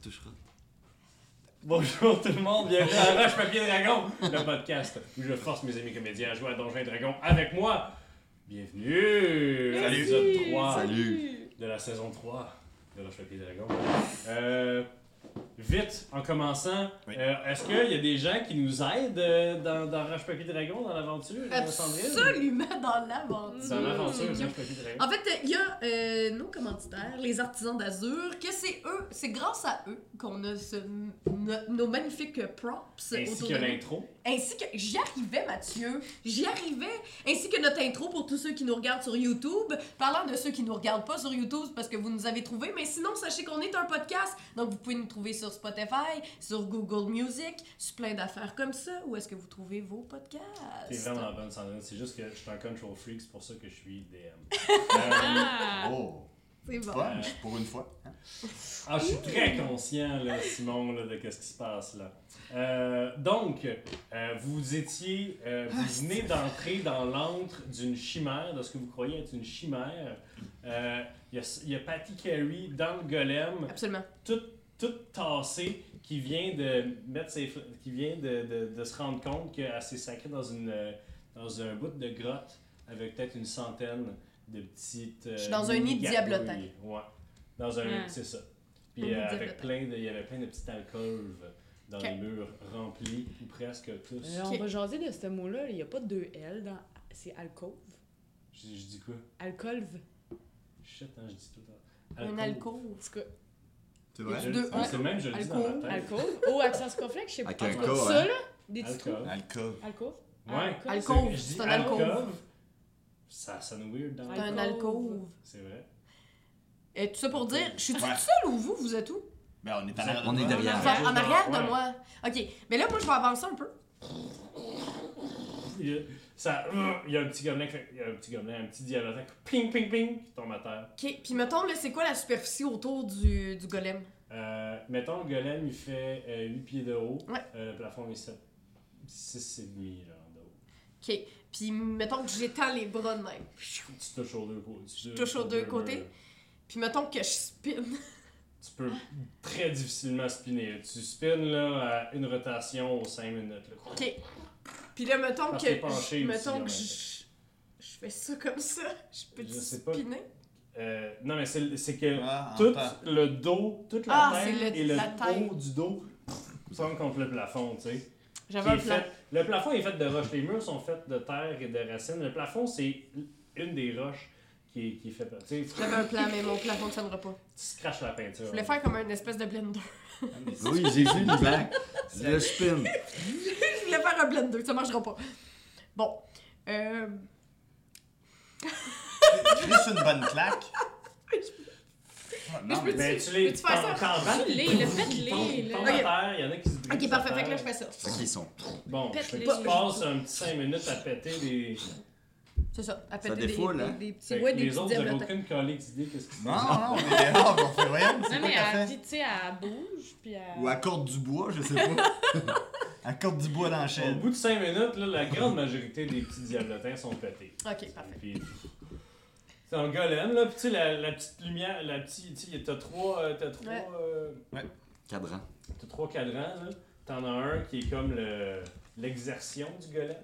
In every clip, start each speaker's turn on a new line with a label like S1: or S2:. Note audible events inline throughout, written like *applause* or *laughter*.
S1: touchera.
S2: Bonjour tout le monde, bienvenue à Roche Papier Dragon, le podcast où je force mes amis comédiens à jouer à Donjons et Dragons avec moi. Bienvenue!
S1: Salut.
S2: Épisode 3
S1: Salut.
S2: de la saison 3 de Roche Papier Dragon. Euh, vite, en commençant,
S1: Oui.
S2: euh, est-ce qu'il y a des gens qui nous aident euh, dans, dans Roche Papier Dragon, dans l'aventure? euh, Sandrine?
S3: Absolument dans l'aventure.
S2: Dans l'aventure, Roche Papier Dragon.
S3: En fait, euh, il y a euh, nos commanditaires, les artisans d'Azur, que c'est eux, c'est grâce à eux qu'on a ce- no- nos magnifiques euh, props
S2: Ainsi
S3: autour
S2: que
S3: de nous.
S2: l'intro.
S3: Ainsi que j'y arrivais, Mathieu, j'y arrivais. Ainsi que notre intro pour tous ceux qui nous regardent sur YouTube. Parlant de ceux qui nous regardent pas sur YouTube c'est parce que vous nous avez trouvés, mais sinon sachez qu'on est un podcast, donc vous pouvez nous trouver sur Spotify, sur Google Music, sur plein d'affaires comme ça. Où est-ce que vous trouvez vos podcasts
S2: T'es vraiment bonne, Sandrine. C'est juste que je suis un control freak, c'est pour ça que je suis DM. Euh,
S1: Oh,
S3: C'est bon.
S1: fun, pour une fois. hein?
S2: Ah, je suis très conscient, là, Simon, là, de ce qui se passe, là. Euh, donc, euh, vous étiez... euh, vous venez d'entrer dans l'antre d'une chimère, de ce que vous croyez être une chimère. Euh, Il y, a- il y a Patty Carey dans le golem,
S3: Absolument.
S2: toute toute tassée, qui vient de mettre ses... fl- qui vient de, de- de se rendre compte qu'elle s'est sacrée dans une... euh, dans un bout de grotte, avec peut-être une centaine de petites... euh,
S3: Je suis dans un nid de
S2: mini-gargouilles.
S3: diablotin.
S2: Ouais. Dans un...
S4: Ouais.
S2: C'est ça.
S3: On
S2: Puis
S3: dit
S2: euh,
S3: de
S2: avec
S3: le-
S2: plein de, il y avait plein de petites alcôves dans
S3: Ok.
S2: les murs remplis, ou presque tous.
S4: Là, on
S3: Ok.
S4: va jaser de ce mot-là. Il n'y a pas deux L dans. C'est alcove.
S2: Je, je dis quoi
S4: Alcolve.
S2: Shit, hein, je dis tout. hein.
S3: Un
S4: En
S3: alcôve.
S4: tout cas,
S1: C'est
S3: vrai?
S1: vrai?
S2: Je-
S3: Deux-
S2: je- C'est même, je le dis dans
S3: Alcôve,
S2: ma tête.
S1: *laughs*
S4: alcove. Oh, accent circonflexe, je sais pas.
S1: Avec
S4: En
S1: un
S4: tout cas,
S1: K,
S4: ça,
S1: hein.
S4: là, des petits trous.
S2: Alcôve.
S1: Alcove.
S4: Alcove.
S2: Ouais.
S4: Alcôve.
S3: Alcôve. Alcôve,
S2: Je dis
S3: c'est un alcôve.
S2: alcôve. Ça sonne weird dans
S3: C'est un
S4: Alcôve.
S3: alcôve.
S2: C'est vrai.
S3: Et tout ça pour dire, je suis toute
S1: Ouais.
S3: seule ou vous, vous êtes où?
S1: Ben, on est, à
S2: Vous
S1: la-
S2: êtes-
S1: on est
S3: En,
S2: Ah,
S1: derrière.
S2: vous êtes-
S3: en arrière de
S2: ouais.
S3: moi. Ok, mais là, moi, je vais avancer un peu.
S2: Il y a, ça, il y a un petit gobelet, qui fait- il y a un petit gobelet, un petit diablotin, qui ping, ping, ping, qui tombe à terre.
S3: Ok, puis mettons, là, c'est quoi la superficie autour du, du golem?
S2: Euh, mettons, le golem, il fait 8 pieds de haut.
S3: Ouais.
S2: Euh, le plafond est 7, 6 et demi, genre, de haut.
S3: Ok, puis mettons que j'étends les bras de même.
S2: Tu touches aux deux côtés. Tu
S3: touche aux deux côtés. Puis mettons que je spin.
S2: Tu peux très difficilement spinner. Tu spins là, à une rotation aux 5 minutes. là.
S3: Ok, puis là, mettons
S2: Parce
S3: que.
S2: que penché
S3: je-
S2: aussi, en
S3: mettons
S2: même
S3: que je, je fais ça comme ça. Je peux
S2: Je sais pas.
S3: spinner?
S2: Euh, non, mais c'est c'est que
S1: Ah, en
S2: tout
S1: temps.
S2: le dos, toute la
S3: Ah, c'est
S2: tête
S3: le-
S2: et le
S3: la tête.
S2: haut du dos tombent contre le plafond, tu sais.
S4: J'avais
S2: Qui
S4: un
S2: est
S4: plan.
S2: fait- le plafond est fait de roches. Les murs sont faits de terre et de racines. Le plafond, c'est une des roches qui est, qui est faite. Tu sais, tu
S3: J'avais un plan, mais mon plafond ne tiendra pas.
S2: se craches la peinture.
S3: Je voulais faire comme une espèce de blender.
S1: Oui, j'ai vu l'image. Le spin.
S3: *laughs* Je voulais faire un blender, ça marchera pas. Bon. Euh,
S1: Juste une bonne claque. Ah,
S3: Mais je
S1: Non,
S3: peux
S1: mais
S2: Ben, tu les.
S3: Peux-tu faire ça?
S2: t'en- t'en bats-
S4: Fais-les, là, faites-les,
S2: Ils
S4: là.
S2: tombent à
S3: Ok.
S2: terre, il y en a qui se brisent.
S3: ok, parfait,
S2: à
S3: fait que là,
S2: terre.
S3: je fais ça.
S1: c'est qu'ils sont.
S2: Bon,
S4: Pète
S2: fait
S4: les
S2: que tu
S4: choses.
S2: passes un petit 5 minutes à péter des.
S3: C'est ça, à
S1: Ça
S3: péter des,
S1: défoule,
S3: des,
S1: hein?
S3: des petits
S2: Fait que
S3: ouais, des
S2: les
S3: petits
S2: autres, vous
S3: diablotins.
S2: n'avez aucune collée d'idée qu'est-ce qui se
S1: Non,
S2: passe.
S1: non, on est derrière, on fait rien. C'est
S4: Non,
S1: quoi
S4: mais
S1: qu'elle
S4: elle
S1: fait?
S5: euh,
S4: dit, tu sais, elle bouge, puis elle.
S1: Ou accorde du bois, je sais pas. accorde du bois dans la
S2: Au
S1: chaîne.
S2: bout de 5 minutes, là, la grande majorité des petits diablotins sont pétés.
S3: Ok, parfait.
S2: Puis, c'est un golem, là. Puis, tu sais, la, la petite lumière, la petite. Tu sais, t'as trois. euh, T'as trois.
S3: Ouais.
S2: euh,
S1: Cadran.
S2: t'as trois cadrans, là. T'en as un qui est comme le, l'exertion du golem.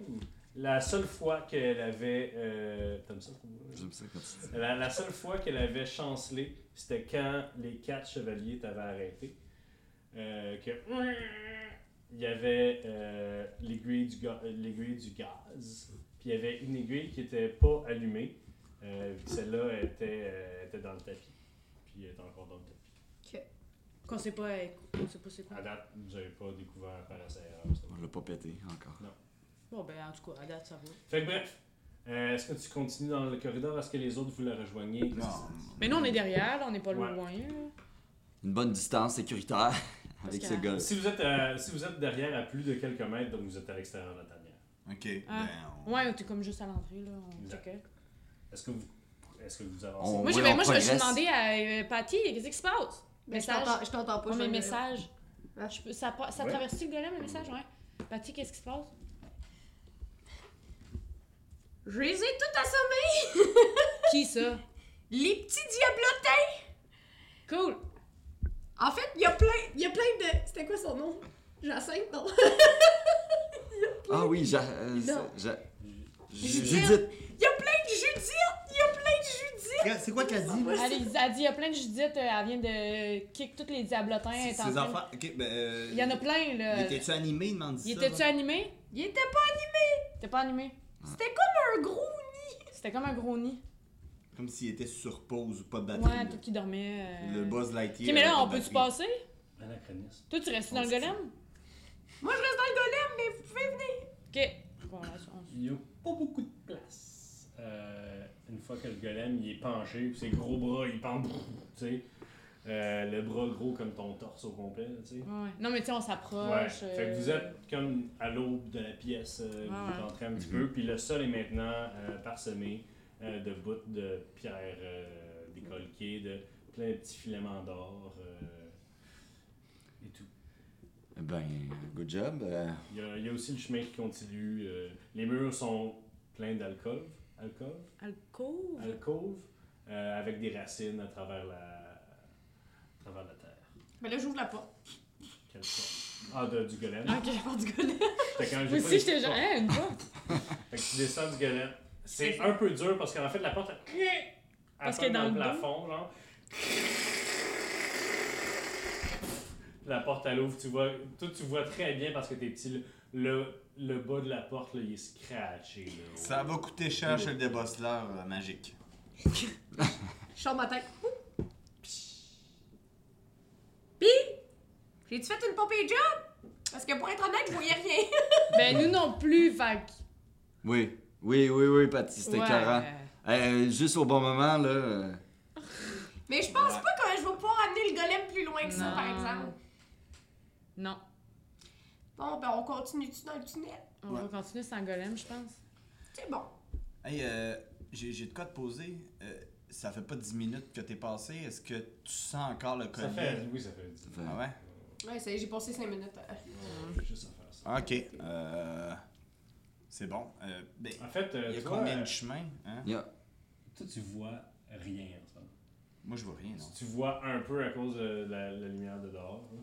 S2: La seule fois qu'elle avait. euh, t'aimes ça, pour moi?
S1: J'aime ça quand tu dis.
S2: La, la seule fois qu'elle avait chancelé, c'était quand les quatre chevaliers t'avaient arrêté. Euh, que. Il y avait euh, l'aiguille du, ga- euh, l'aiguille du gaz, puis il y avait une aiguille qui était pas allumée, euh, puis celle-là était, euh, était dans le tapis. Puis elle est encore dans le tapis.
S4: Qu'on sait pas,
S3: Ben,
S4: euh, on sait pas c'est quoi.
S2: À date, vous n'avez pas découvert par la séance, ça va.
S1: On l'a pas pété encore.
S4: Bon, ben, en tout cas, à date, ça va.
S2: Fait que bref, euh, est-ce que tu continues dans le corridor Est-ce que les autres vous la rejoignez Qu'est-ce qui
S1: Non.
S2: se passe?
S4: Mais nous, on est derrière, là, on n'est pas
S2: Ouais.
S4: loin. là.
S1: Une bonne distance sécuritaire avec
S4: que-
S1: ce gars.
S2: Si vous, êtes, euh, si vous êtes derrière à plus de quelques mètres, donc vous êtes à l'extérieur de la tanière.
S1: Ok,
S4: Ah.
S1: ben, on-
S4: Ouais, on était comme juste à l'entrée, là. On
S2: Exact.
S4: checkait.
S2: Est-ce que vous, est-ce que vous avancez?
S1: On-
S4: Moi, j'ai-
S1: oui,
S4: ben,
S1: on
S4: moi, je me suis
S1: progresse.
S4: demandé à euh, Patty, qu'est-ce qui se passe?
S3: Mais Ben, je
S4: Message.
S3: t'entends- je t'entends pas,
S4: Oh,
S3: je
S4: mais
S3: vais-
S4: message.
S3: Ah.
S4: Je peux- Ça, pa- ça
S2: Ouais.
S4: traverse-tu le golem, le message? Ouais. Patty, qu'est-ce qui se passe?
S3: Je les ai tout assommés!
S4: Qui, ça?
S3: Les petits diablotins!
S4: Cool!
S3: En fait, il y a plein. plein de. C'était quoi son nom Jacinthe, non *laughs*
S6: Ah oui, j'a- euh,
S3: Non.
S6: c'est- j'a- Ju-
S3: Judith.
S6: Judith.
S3: Il y a plein de Judith Il y a plein de Judith
S1: C'est quoi qu'elle dit?
S3: Ouais,
S1: là?
S3: c'est-
S5: Elle, Ah, les a dit, il y a plein de Judith, euh, elle vient de kick tous les diablotins. elle est en
S1: Ses
S5: train-
S1: enfants. Ok, ben. euh,
S5: Il y en a plein, là.
S1: il Était-tu animé? Demande
S5: Il
S1: ça.
S5: était-tu animé?
S3: Il était
S5: T'es pas animé.
S3: C'était comme un gros.
S5: C'était comme un gros nid.
S1: Comme s'il était sur pause ou pas de batterie.
S5: Ouais,
S1: là.
S5: toi qui dormais. euh.
S1: Ah, Le Buzz
S5: Ok,
S1: Lightyear.
S5: mais là,
S1: avait
S5: on
S1: pas de
S5: peut-tu
S1: batterie.
S5: passer?
S2: Anachronisme.
S5: Toi, tu restes dans le
S1: On se
S5: golem?
S3: Moi, je reste dans le golem, mais vous pouvez venir.
S5: Ok. Bon, là, on-
S2: Il n'y a pas beaucoup de place. Euh, une fois que le golem il est penché, puis ses gros bras ils pendent, tu sais. Euh, le bras gros comme ton torse au complet, là, tu sais.
S5: ouais. Non, mais tu sais, on
S2: Ouais.
S5: s'approche.
S2: Fait
S5: euh,
S2: que vous êtes comme à l'aube de la pièce, euh,
S5: Ouais, ouais.
S2: vous rentrez un petit peu, puis le sol est maintenant euh, parsemé euh, de bouts de pierre euh, décolquées, de plein de petits filaments d'or euh, et tout.
S6: Ben, good job. euh,
S2: Il y, a, il y a aussi le chemin qui continue. euh, les murs sont pleins d'alcôves. Alcôves?
S4: Alcôve?
S2: alcôve euh, avec des racines à travers la, à travers la terre.
S3: Mais là, j'ouvre la porte.
S2: Quelle forme. Ah, de- du golem.
S5: Ok, je pense du golem.
S2: Fait que quand j'ai
S5: Moi
S2: pas
S5: aussi,
S2: les-
S5: j'étais genre,
S2: bon.
S5: hein,
S2: *laughs*
S5: une fois.
S2: Fait que tu descends du golem. C'est un peu dur parce qu'en fait, la porte, elle, elle
S5: Parce
S2: pogne
S5: que dans
S2: le
S5: le dos.
S2: plafond, genre. La porte, elle ouvre, tu vois, toi, tu vois très bien parce que t'es petit, le, le, le bas de la porte, là, il est scratché, là.
S1: Ça va coûter cher chez le débosseleur euh, magique.
S3: Je sors ma tête. Ouh. Pis, j'ai-tu fait une pompée job? Parce que pour être honnête, je voyais rien. *laughs*
S5: Ben, nous non plus, fait que-
S6: Oui, oui, oui, oui, Patty, c'était
S5: Ouais.
S6: carré. juste au bon moment, là. euh,
S3: Mais je pense pas que je vais pouvoir amener le golem plus loin que ça,
S5: Non.
S3: par exemple.
S5: Non.
S3: Bon, ben, on continue-tu dans le tunnel?
S5: On va continuer sans golem, je pense.
S3: C'est bon.
S1: Hey, euh, j'ai j'ai de quoi te poser. Euh, ça fait pas 10 minutes que t'es passé. Est-ce que tu sens encore le
S2: Ça
S1: collier?
S2: fait, oui, ça fait du
S6: fait-
S1: Ah ouais?
S3: Ouais, ça y est, j'ai passé 5 minutes. euh.
S2: Ouais, juste à faire ça.
S1: Ok. Euh, C'est bon. Euh, ben,
S2: En fait, euh,
S1: il y a
S2: tu vois,
S1: combien
S2: euh,
S1: de chemins? Hein?
S6: y a-
S2: toi, tu vois rien en ce moment.
S1: Moi, je vois rien, non.
S2: Tu vois un peu à cause de la, la lumière de dehors. là.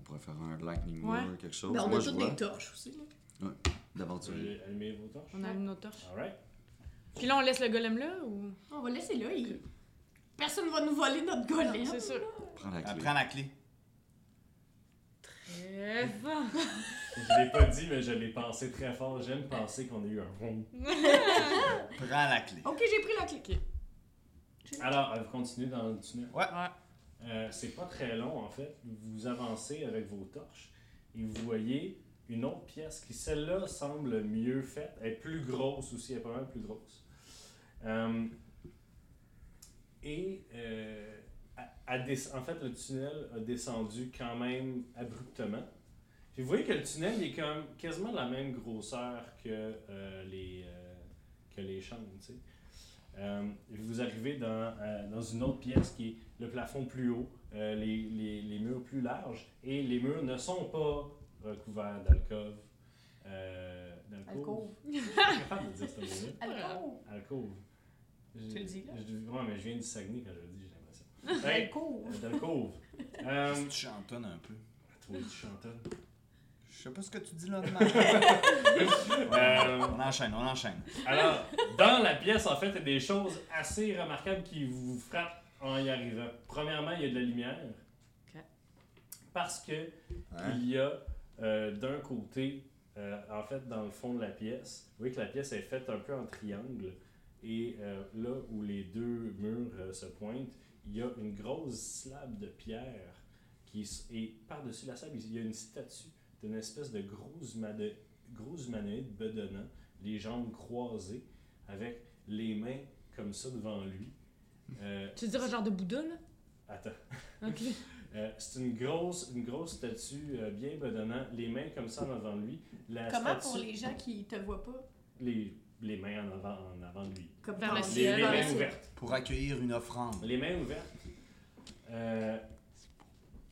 S6: On pourrait faire un lightning
S5: Ouais.
S6: bolt, quelque chose.
S3: Ben, on
S6: Moi,
S3: a
S6: je
S3: toutes
S6: vois.
S3: des torches aussi. là.
S2: Vous
S6: D'aventure.
S2: allez allumer vos torches.
S5: On allume nos torches.
S2: Alright.
S5: Puis là, on laisse le golem là ou.
S3: On va laisser là. il- Personne va nous voler notre golem.
S5: C'est sûr.
S6: Prends la
S1: Euh,
S6: clé.
S1: prends la clé.
S5: Très fort.
S2: Je l'ai pas dit, mais je l'ai pensé très fort. J'aime penser qu'on a eu un rond.
S1: Prends la clé.
S3: Ok, j'ai pris la clé.
S2: Alors, euh, vous continuez dans le tunnel.
S1: Ouais.
S5: Ouais.
S2: Euh, c'est pas très long, en fait. Vous avancez avec vos torches et vous voyez une autre pièce qui, celle-là, semble mieux faite. Elle est plus grosse aussi, elle est pas mal plus grosse. Euh, et euh, à- à des- en fait, le tunnel a descendu quand même abruptement. Puis vous voyez que le tunnel il est comme quasiment de la même grosseur que, euh, les, euh, que les chambres. tu sais. Euh, vous arrivez dans, euh, dans une autre pièce qui est le plafond plus haut, euh, les, les- les murs plus larges, et les murs ne sont pas recouverts d'alcôve. Euh, d'alcôve.
S3: Alcôve.
S2: Je suis capable de dire ce mot-là.
S3: Alcôve.
S2: Alcôve. Je-
S4: Tu le dis, là?
S2: je- ouais, mais je viens du Saguenay quand je le dis, j'ai
S4: *laughs*
S2: l'impression. Hey,
S3: Alcôve.
S2: euh, D'alcôve. Euh,
S1: Si tu chantonnes un peu.
S2: toi, tu chantonnes.
S1: Je sais pas ce que tu dis là. *laughs* demain.
S2: Euh,
S1: on enchaîne, on enchaîne.
S2: alors, dans la pièce, en fait, il y a des choses assez remarquables qui vous frappent en y arrivant. Premièrement, il y a de la lumière.
S5: Ok.
S2: Parce que
S1: Hein?
S2: Il y a euh, d'un côté, euh, en fait, dans le fond de la pièce, vous voyez que la pièce est faite un peu en triangle. Et euh, là où les deux murs euh, se pointent, il y a une grosse slab de pierre. Qui, s- et par-dessus la slab, il y a une statue d'une espèce de gros, humano- gros humanoïde bedonnant, les jambes croisées, avec les mains comme ça devant lui. Euh,
S5: *laughs* Tu veux dire un genre de Bouddha là?
S2: attends.
S5: Ok.
S2: Euh, c'est une grosse, une grosse statue euh, bien bedonnant, les mains comme ça en avant de lui. La
S3: Comment
S2: statue,
S3: pour les gens qui te voient pas?
S2: les... les mains en avant, en avant de lui.
S3: Comme
S5: Vers le
S3: dans-
S2: Les,
S5: ciel,
S2: les
S3: dans le
S2: mains
S3: ciel.
S2: ouvertes.
S1: Pour accueillir une offrande.
S2: Les mains ouvertes. Euh,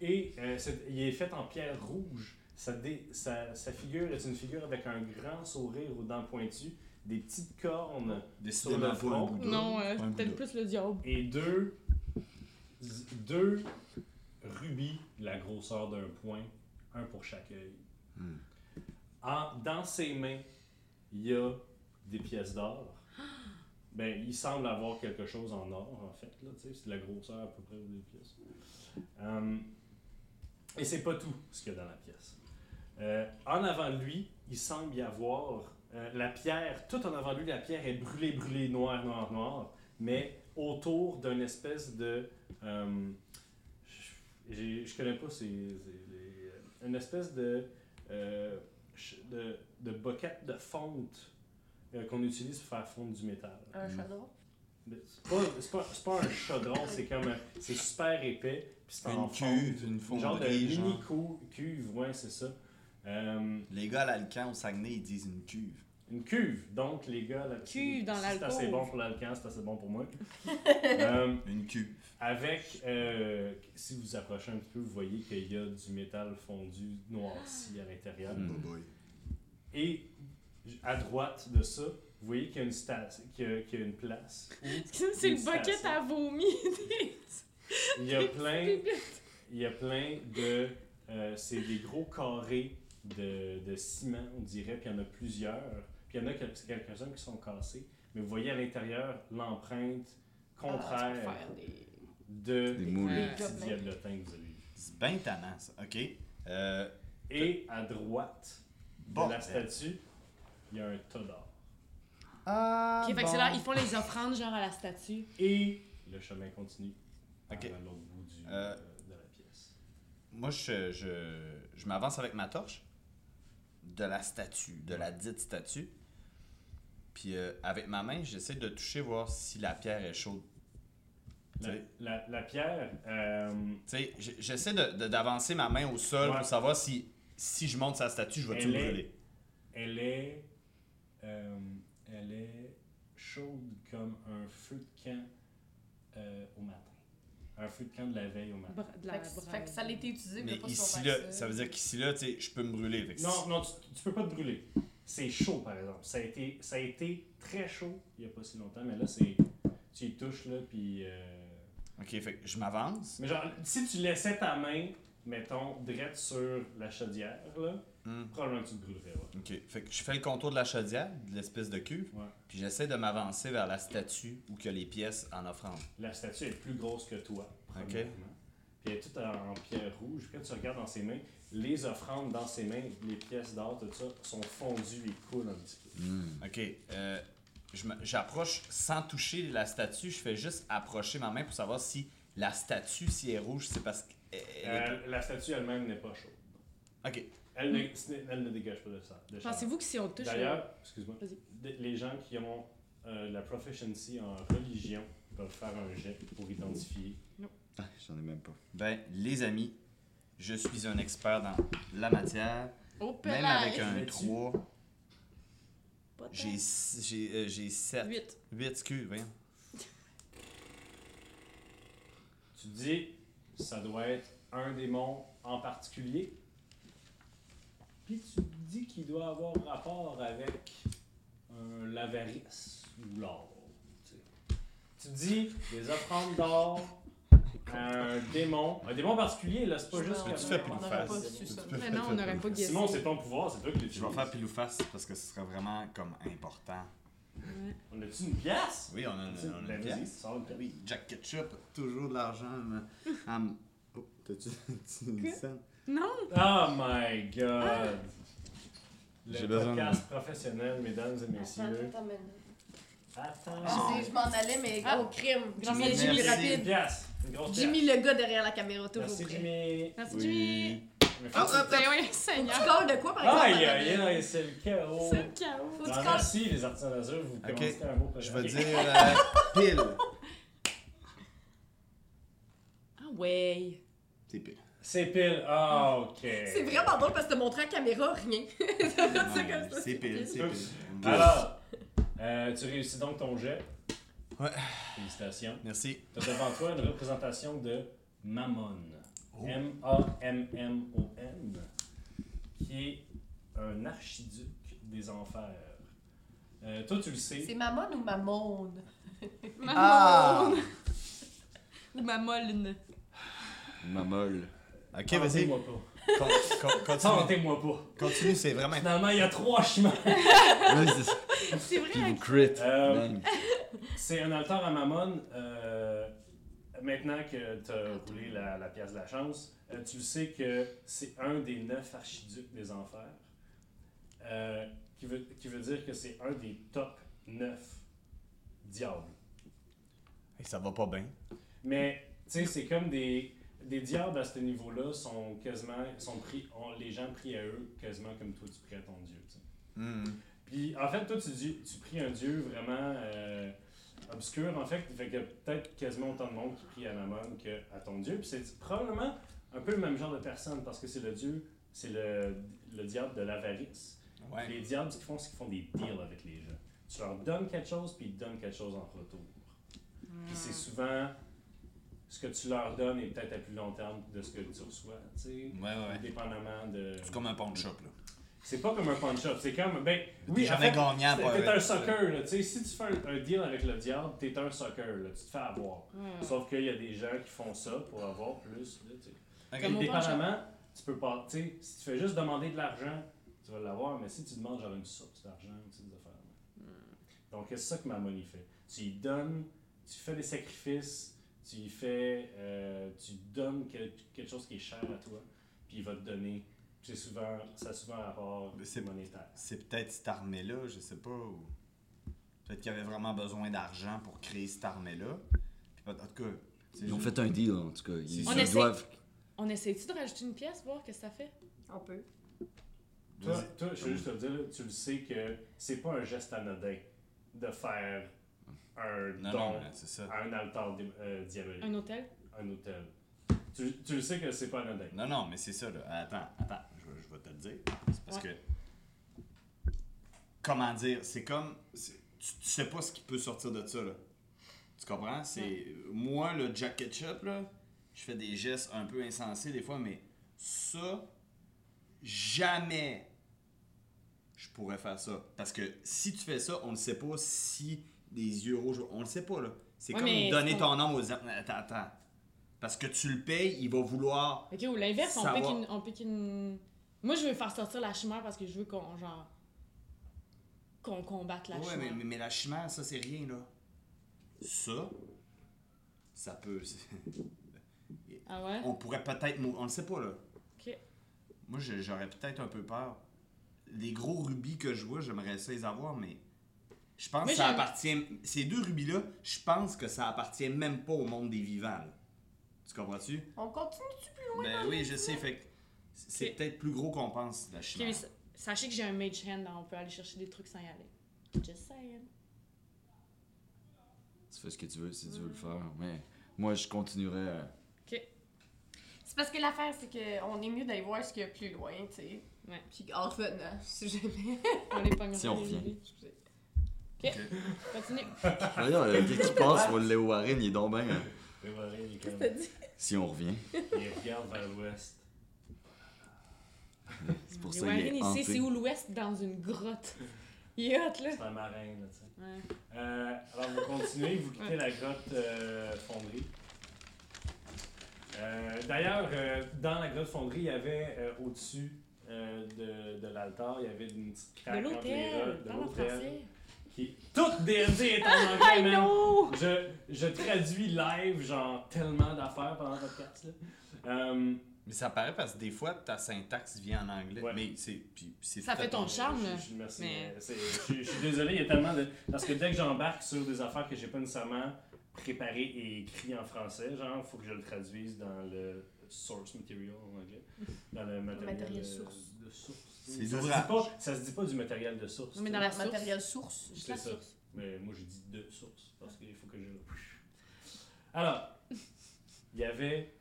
S2: et euh, c'est- il est fait en pierre rouge. Sa, dé- sa- sa figure est une figure avec un grand sourire aux dents pointues, des petites cornes
S1: Décidément
S2: Sur le
S1: pas un
S2: front.
S1: Bouddha.
S5: Non, euh,
S1: Pas un
S5: peut-être
S1: Bouddha.
S5: plus le diable.
S2: et deux, deux rubis de la grosseur d'un point, un pour chaque œil.
S6: Hmm.
S2: En- dans ses mains, il y a des pièces d'or. Ben, il semble avoir quelque chose en or, en fait. Là, tu sais, c'est de la grosseur à peu près des pièces. Hum, et c'est pas tout ce qu'il y a dans la pièce. Euh, en avant de lui, il semble y avoir euh, la pierre, tout en avant de lui, la pierre est brûlée, brûlée, noire, noire, noire, mais autour d'une espèce de. hum, je- j'ai- je connais pas ces. ces- les- euh, une espèce de. euh, ch- de, de boquette de fonte euh, qu'on utilise pour faire fondre du métal.
S3: Un chaudron.
S2: Mais C'est pas, c'est pas, c'est pas un chaudron, c'est comme. un- C'est super épais, puis c'est en
S1: Une
S2: fonte.
S1: cuve, une
S2: Une genre de
S1: fonderie, genre.
S2: mini cou- cuve, ouais, c'est ça. Euh,
S1: Les gars à l'Alcan au Saguenay, ils disent une cuve.
S2: une cuve, donc les gars, là,
S5: Cuve dans
S2: c'est
S5: l'alcool.
S2: assez bon pour l'alcan, c'est assez bon pour
S5: *laughs*
S2: moi. Euh,
S1: Une cuve.
S2: avec, euh, si vous approchez un petit peu, vous voyez qu'il y a du métal fondu noirci à l'intérieur.
S6: Mm.
S1: Boboy.
S2: Et à droite de ça, vous voyez qu'il y a une station, qu'il y a, qu'il y a une place. où
S5: C'est le
S2: une
S5: bucket
S2: station.
S5: à vomi.
S2: Il y a plein, il y a plein de, euh, c'est des gros carrés de, de ciment, on dirait, puis il y en a plusieurs. Puis il y en a que- quelques-uns qui sont cassés. Mais vous voyez à l'intérieur l'empreinte
S3: Ah, tu peux
S2: contraire
S3: faire des-
S2: de
S6: Des moules.
S2: du petit
S3: Ouais.
S2: diablotin que vous avez vu.
S1: C'est bien tannant, ça. OK. Euh,
S2: Et à droite
S1: bon. Euh,
S2: de la statue, il y a un tas d'or.
S6: Ah,
S5: Ok, fait que
S1: Ah,
S5: c'est là, ils font les offrandes genre à la statue.
S2: Et le chemin continue
S1: Ok.
S2: à l'autre bout du-
S1: Euh.
S2: euh, de la pièce.
S1: Moi, je, je, je m'avance avec ma torche de la statue, de la dite statue. Puis euh, avec ma main, j'essaie de toucher, voir si la pierre est chaude.
S2: La,
S1: Tu-
S2: la- la pierre, euh,
S1: Tu sais, j- j'essaie de- de- d'avancer ma main au sol
S2: Ouais.
S1: pour savoir si, si je monte sa statue, je vais tout
S2: Elle est-
S1: brûler.
S2: elle est, euh, elle est chaude comme un feu de camp euh, au matin. Un feu de camp de la veille au matin.
S5: Bra- de la
S3: Fait que, fait
S5: braise.
S3: que ça a été utilisé,
S1: Mais
S3: mais pas
S1: ici,
S3: si
S1: là, ça. veut dire qu'ici, là, tu sais, je peux me brûler. Fait que
S2: Non,
S1: si-
S2: non, tu, tu peux pas te brûler. C'est chaud, par exemple. Ça a été, ça a été très chaud il y a pas si longtemps, mais là, c'est, tu y touches, là, puis... euh,
S1: OK, fait que je m'avance.
S2: Mais genre, si tu laissais ta main, mettons, drette sur la chaudière, là,
S1: Hmm.
S2: probablement que tu te brûlerais, ouais.
S1: OK, fait que je fais le contour de la chaudière, de l'espèce de cuve.
S2: Ouais.
S1: Puis j'essaie de m'avancer vers la statue ou que les pièces en offrande.
S2: La statue est plus grosse que toi, premièrement. Puis elle est toute en, en pierre rouge. Quand tu regardes dans ses mains, les offrandes dans ses mains, les pièces d'or, tout ça, sont fondues et coulent un petit peu.
S1: OK. euh, je me- J'approche sans toucher la statue. Je fais juste approcher ma main pour savoir si la statue, si elle est rouge, c'est parce qu'elle est...
S2: Euh, la statue elle-même n'est pas chaude.
S1: OK.
S2: Elle, ne, ce n'est- elle ne dégage pas de sang. de chaleur.
S5: Mm. Pensez-vous que si on touche.
S2: D'ailleurs, excuse-moi,
S5: Vas-y.
S2: d- les gens qui ont euh, la proficiency en religion peuvent faire un jet pour identifier.
S1: Ah,
S6: J'en ai même pas.
S1: Ben, les amis, je suis un expert dans la matière.
S5: Au
S1: Même
S5: pelage.
S1: avec un
S2: Là-dessus.
S1: 3,
S5: Pas tant.
S1: j'ai euh, 7.
S5: Huit.
S1: 8, excuse, voyons.
S2: Tu dis, ça doit être un démon en particulier. Puis tu dis qu'il doit avoir rapport avec euh, l'avarice ou l'or. tu sais. Tu dis des offrandes d'or à un démon. Un démon particulier, là, c'est pas juste
S1: que
S2: que
S1: tu fais
S3: On
S1: pilou
S3: n'aurait
S1: face.
S3: pas su ça.
S5: Mais non, on n'aurait pas guessé.
S2: Simon, c'est ton pouvoir, c'est toi qui
S1: Je
S2: l'utilises.
S1: vais faire pilou face parce que ce serait vraiment comme important.
S2: On a-tu une pièce?
S1: Oui, on a,
S2: Tu-
S1: on a
S2: ben
S1: une
S2: vas-y,
S1: pièce.
S2: sors une pièce.
S1: Oui, Jack Ketchup a toujours de l'argent.
S2: *laughs*
S1: mais- à m- Oh, t'as-tu *laughs* t'as-tu une scène?
S5: Non!
S2: Oh my
S1: Ah!
S2: god! Le
S6: J'ai besoin de-
S2: podcast professionnel, mesdames et messieurs.
S3: Attends, attends, mais-
S2: Attends.
S3: Je sais, je m'en allais, mais
S5: Ah.
S3: au crime.
S5: Merci.
S3: Jimmy, Jimmy
S1: Merci.
S2: Une
S3: rapide.
S2: pièce. Une grosse pièce.
S3: Jimmy, le gars derrière la caméra, toujours
S2: Merci,
S3: prêt.
S2: Jimmy.
S5: Merci, Jimmy!
S6: Oui.
S2: Mais
S3: Ah,
S1: Hop,
S2: faut-
S3: euh,
S1: hop,
S5: Ben oui,
S3: Tu
S5: Seigneur!
S3: colles de quoi, par exemple?
S2: Ah, Aïe, aïe,
S3: madame?
S2: aïe, c'est le chaos.
S5: C'est le chaos!
S3: Faut que tu
S2: Ah,
S3: colles-
S2: merci, les artisans d'azur, vous
S1: Ok,
S2: commencez un beau projet.
S1: Je vais
S2: Ok.
S1: dire *laughs* euh, pile.
S5: Ah ouais!
S1: C'est pile.
S2: C'est pile. Ah, ok.
S3: C'est vraiment drôle parce que te montrer à caméra, rien. c'est comme ça.
S1: C'est pile, c'est pile.
S2: Alors, euh, tu réussis donc ton jet.
S1: Ouais.
S2: Félicitations.
S1: Merci.
S2: Tu as devant toi une représentation de Mammon.
S1: Oh.
S2: M-A-M-M-O-N. Qui est un archiduc des enfers. Euh, toi, tu le sais.
S3: C'est Mammon ou Mamone?
S5: Ma
S1: Ah!
S5: Ou ma molne.
S6: Ma molle.
S1: Ok, vas-y.
S2: Tentez-moi pas.
S1: Con- con- Continue,
S2: Tentez-moi pas.
S1: continue c'est vraiment.
S2: Finalement, il y a trois chemins.
S6: Vas-y, c'est-
S4: C'est
S6: Puis
S4: vrai.
S6: vous crit.
S2: Euh,
S6: Man.
S2: C'est un altar à Mammon. euh, maintenant que tu as roulé la, la pièce de la chance, euh, tu sais que c'est un des neuf archiducs des enfers. euh, qui, veut, qui veut dire que c'est un des top neuf diables.
S1: Hey, Ça va pas bien.
S2: Mais, tu sais, c'est comme des, des diables à ce niveau-là sont quasiment. Sont pris, ont- les gens prient à eux quasiment comme toi tu pries à ton Dieu. tu sais.
S1: Hmm.
S2: Puis en fait, toi, tu, dis- tu pries un dieu vraiment euh, obscur, en fait. Fait que peut-être quasiment autant de monde qui prie à Mammon qu'à ton dieu. Puis c'est probablement un peu le même genre de personne parce que c'est le dieu, c'est le, le diable de l'avarice.
S1: Ouais.
S2: Les diables, ce qu'ils font, c'est qu'ils font des deals avec les gens. Tu leur donnes quelque chose, puis ils te donnent quelque chose en retour. Puis c'est souvent ce que tu leur donnes est peut-être à plus long terme de ce que tu reçois, tu sais.
S1: Ouais, ouais.
S2: Dépendamment de.
S1: C'est comme un pawn shop, là.
S2: C'est pas comme un punch-up, c'est comme. Ben, oui, en
S1: jamais
S2: fait,
S1: gagnant
S2: T'es-
S1: pour
S2: T'es
S1: vrai.
S2: un sucker, là. Tu sais, si tu fais un, un deal avec le diable, t'es un sucker, là. Tu te fais avoir.
S5: Ah.
S2: Sauf qu'il y a des gens qui font ça pour avoir plus, là, tu sais.
S1: Ok.
S5: Comme au
S2: Dépendamment, tu peux pas. Tu sais, si tu fais juste demander de l'argent, tu vas l'avoir, mais si tu demandes genre une source d'argent, tu sais, des affaires. là. Donc, c'est ça que ma money fait. Tu y donnes, tu fais des sacrifices, tu y fais. euh, tu donnes quel- quelque chose qui est cher à toi, puis il va te donner. C'est souvent, ça a souvent un rapport
S1: Mais c'est-
S2: monétaire.
S1: C'est peut-être cette armée-là, je sais pas. ou- Peut-être qu'il y avait vraiment besoin d'argent pour créer cette armée-là. Puis, en tout cas. c'est
S6: Ils ont
S1: juste-
S6: fait un deal, en tout cas. Ils
S1: On
S6: ils
S5: essaie.
S6: doivent.
S5: On essaie-tu de rajouter une pièce, voir qu'est-ce que ça fait?
S3: On peut.
S2: Toi,
S1: Vas-y.
S2: toi, je veux juste te le dire, là, tu le sais que c'est pas un geste anodin de faire un
S1: Non,
S2: don
S1: non, mais c'est ça.
S2: à un altar di- euh, diabolique,
S5: Un hôtel?
S2: un hôtel. Tu, tu le sais que c'est pas anodin.
S1: Non, non, mais c'est ça, là. Attends, attends, je, vais- je vais te le dire. C'est parce que. Comment dire C'est comme. c'est- Tu, tu sais pas ce qui peut sortir de ça, là. Tu comprends C'est. Moi, le Jack Ketchup, là, je fais des gestes un peu insensés des fois, mais ça, jamais je pourrais faire ça. Parce que si tu fais ça, on ne sait pas si des yeux rouges. On ne sait pas, là. C'est
S5: Ouais,
S1: comme
S5: mais
S1: donner
S5: c'est
S1: ton nom aux. Attends, attends. Parce que tu le payes, il va vouloir.
S5: Ok, ou l'inverse, on
S1: Savoir.
S5: pique, une, on pique une. Moi, je veux faire sortir la chimère parce que je veux qu'on, genre. qu'on combatte la
S1: ouais, mais,
S5: chimère.
S1: mais, mais la chimère, ça, c'est rien, là. Ça, ça peut.
S5: Ah ouais?
S1: *laughs* on pourrait peut-être. mou- On ne sait pas, là.
S5: Ok.
S1: Moi, je- j'aurais peut-être un peu peur. Les gros rubis que je vois, j'aimerais ça les avoir, mais. Je pense
S5: Moi,
S1: que ça
S5: j'aime-
S1: appartient. Ces deux rubis-là, je pense que ça appartient même pas au monde des vivants, là. Tu comprends-tu?
S3: On continue.
S1: Ben oui, je sais, fait que. C'est
S5: Ok.
S1: peut-être plus gros qu'on pense, la
S5: Ok,
S1: chimère.
S5: mais sa- sachez que j'ai un mage hand, là, on peut aller chercher des trucs sans y aller. Just saying.
S6: Tu fais ce que tu veux si tu veux le faire. Mais moi, je continuerai à.
S3: C'est parce que l'affaire, c'est qu'on est mieux d'aller voir ce qu'il y a plus loin, tu sais.
S5: Ouais.
S3: Puis en revenant, si jamais.
S5: On les pognera.
S6: Si on
S5: les-
S6: revient.
S3: *laughs* Excusez.
S5: Continue.
S6: Voyons, euh, dès qu'il passe, on le Warren, il est donc bien. hein.
S2: Et voilà, il, est comme-
S5: *laughs*
S3: T'as dit?
S6: Si on revient,
S2: il regarde vers l'ouest.
S6: c'est pour
S5: Les
S6: ça qu'il
S5: Warren,
S6: est
S5: il sait c'est
S6: hanté.
S5: où l'ouest dans une grotte. *laughs* Il est hot, là.
S2: C'est un marin, là, tu sais.
S5: Ouais.
S2: Euh, alors, vous continuez, vous quittez la grotte euh, fonderie. Euh, D'ailleurs, euh, dans la grotte fonderie, il y avait euh, au-dessus euh, de, de l'altar, il y avait une petite
S5: De
S2: craque entre les
S5: l'hôtel.
S2: roches,
S5: Parle en français.
S2: Qui... Toute DMD est
S5: *laughs*
S2: en anglais, man. Je, je traduis live, genre, tellement d'affaires pendant le podcast, là. Euh,
S1: Mais ça paraît parce que des fois, ta syntaxe vient en anglais.
S2: Ouais.
S1: Mais c'est. puis c'est
S5: Ça
S1: tout à
S5: fait ton
S1: ton-
S5: charme,
S2: Euh, Je-
S5: là.
S2: je- je- merci,
S5: Mais-
S2: mais c'est- Je je suis désolé, il y a tellement de. Parce que dès que j'embarque sur des affaires que j'ai pas nécessairement préparées et écrites en français, genre, faut que je le traduise dans le source material en
S5: *laughs*
S2: anglais. Dans le matériel,
S3: matériel
S2: de-
S3: source.
S2: de source.
S1: C'est
S2: ça, se dit
S1: d'ouvrage.
S2: pas, ça se dit pas du matériel de source.
S5: Mais
S2: tu
S5: dans
S2: sais.
S5: la source.
S3: Matériel source.
S5: Juste
S2: C'est
S5: la
S2: ça.
S5: source.
S2: Mais moi, je dis de source parce qu'il faut que je. Alors, il y avait.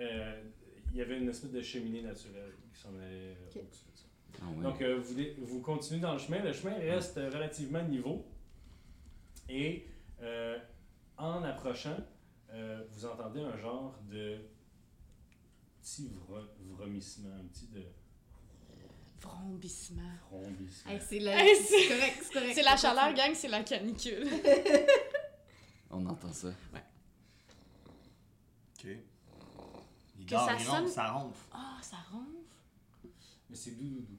S2: euh, il y avait une espèce de cheminée naturelle qui s'en allait euh,
S3: Ok.
S2: au-dessus de ça.
S6: Ah ouais.
S2: Donc, euh, vous, dé- vous continuez dans le chemin. Le chemin reste euh, relativement niveau. Et euh, en approchant, euh, vous entendez un genre de petit vre- vomissement, un petit de
S5: Vrombissement.
S2: rombissement.
S3: Hey, c'est la...
S5: Hey, c'est-
S3: c'est correct, c'est correct.
S5: C'est la chaleur, gang, c'est la canicule.
S6: On entend ça.
S1: Ok.
S5: Que ça
S1: il ronfle,
S5: sonne-
S1: ça ronfle.
S5: Ah, ça ronfle.
S2: Mais c'est doux, doux, doux.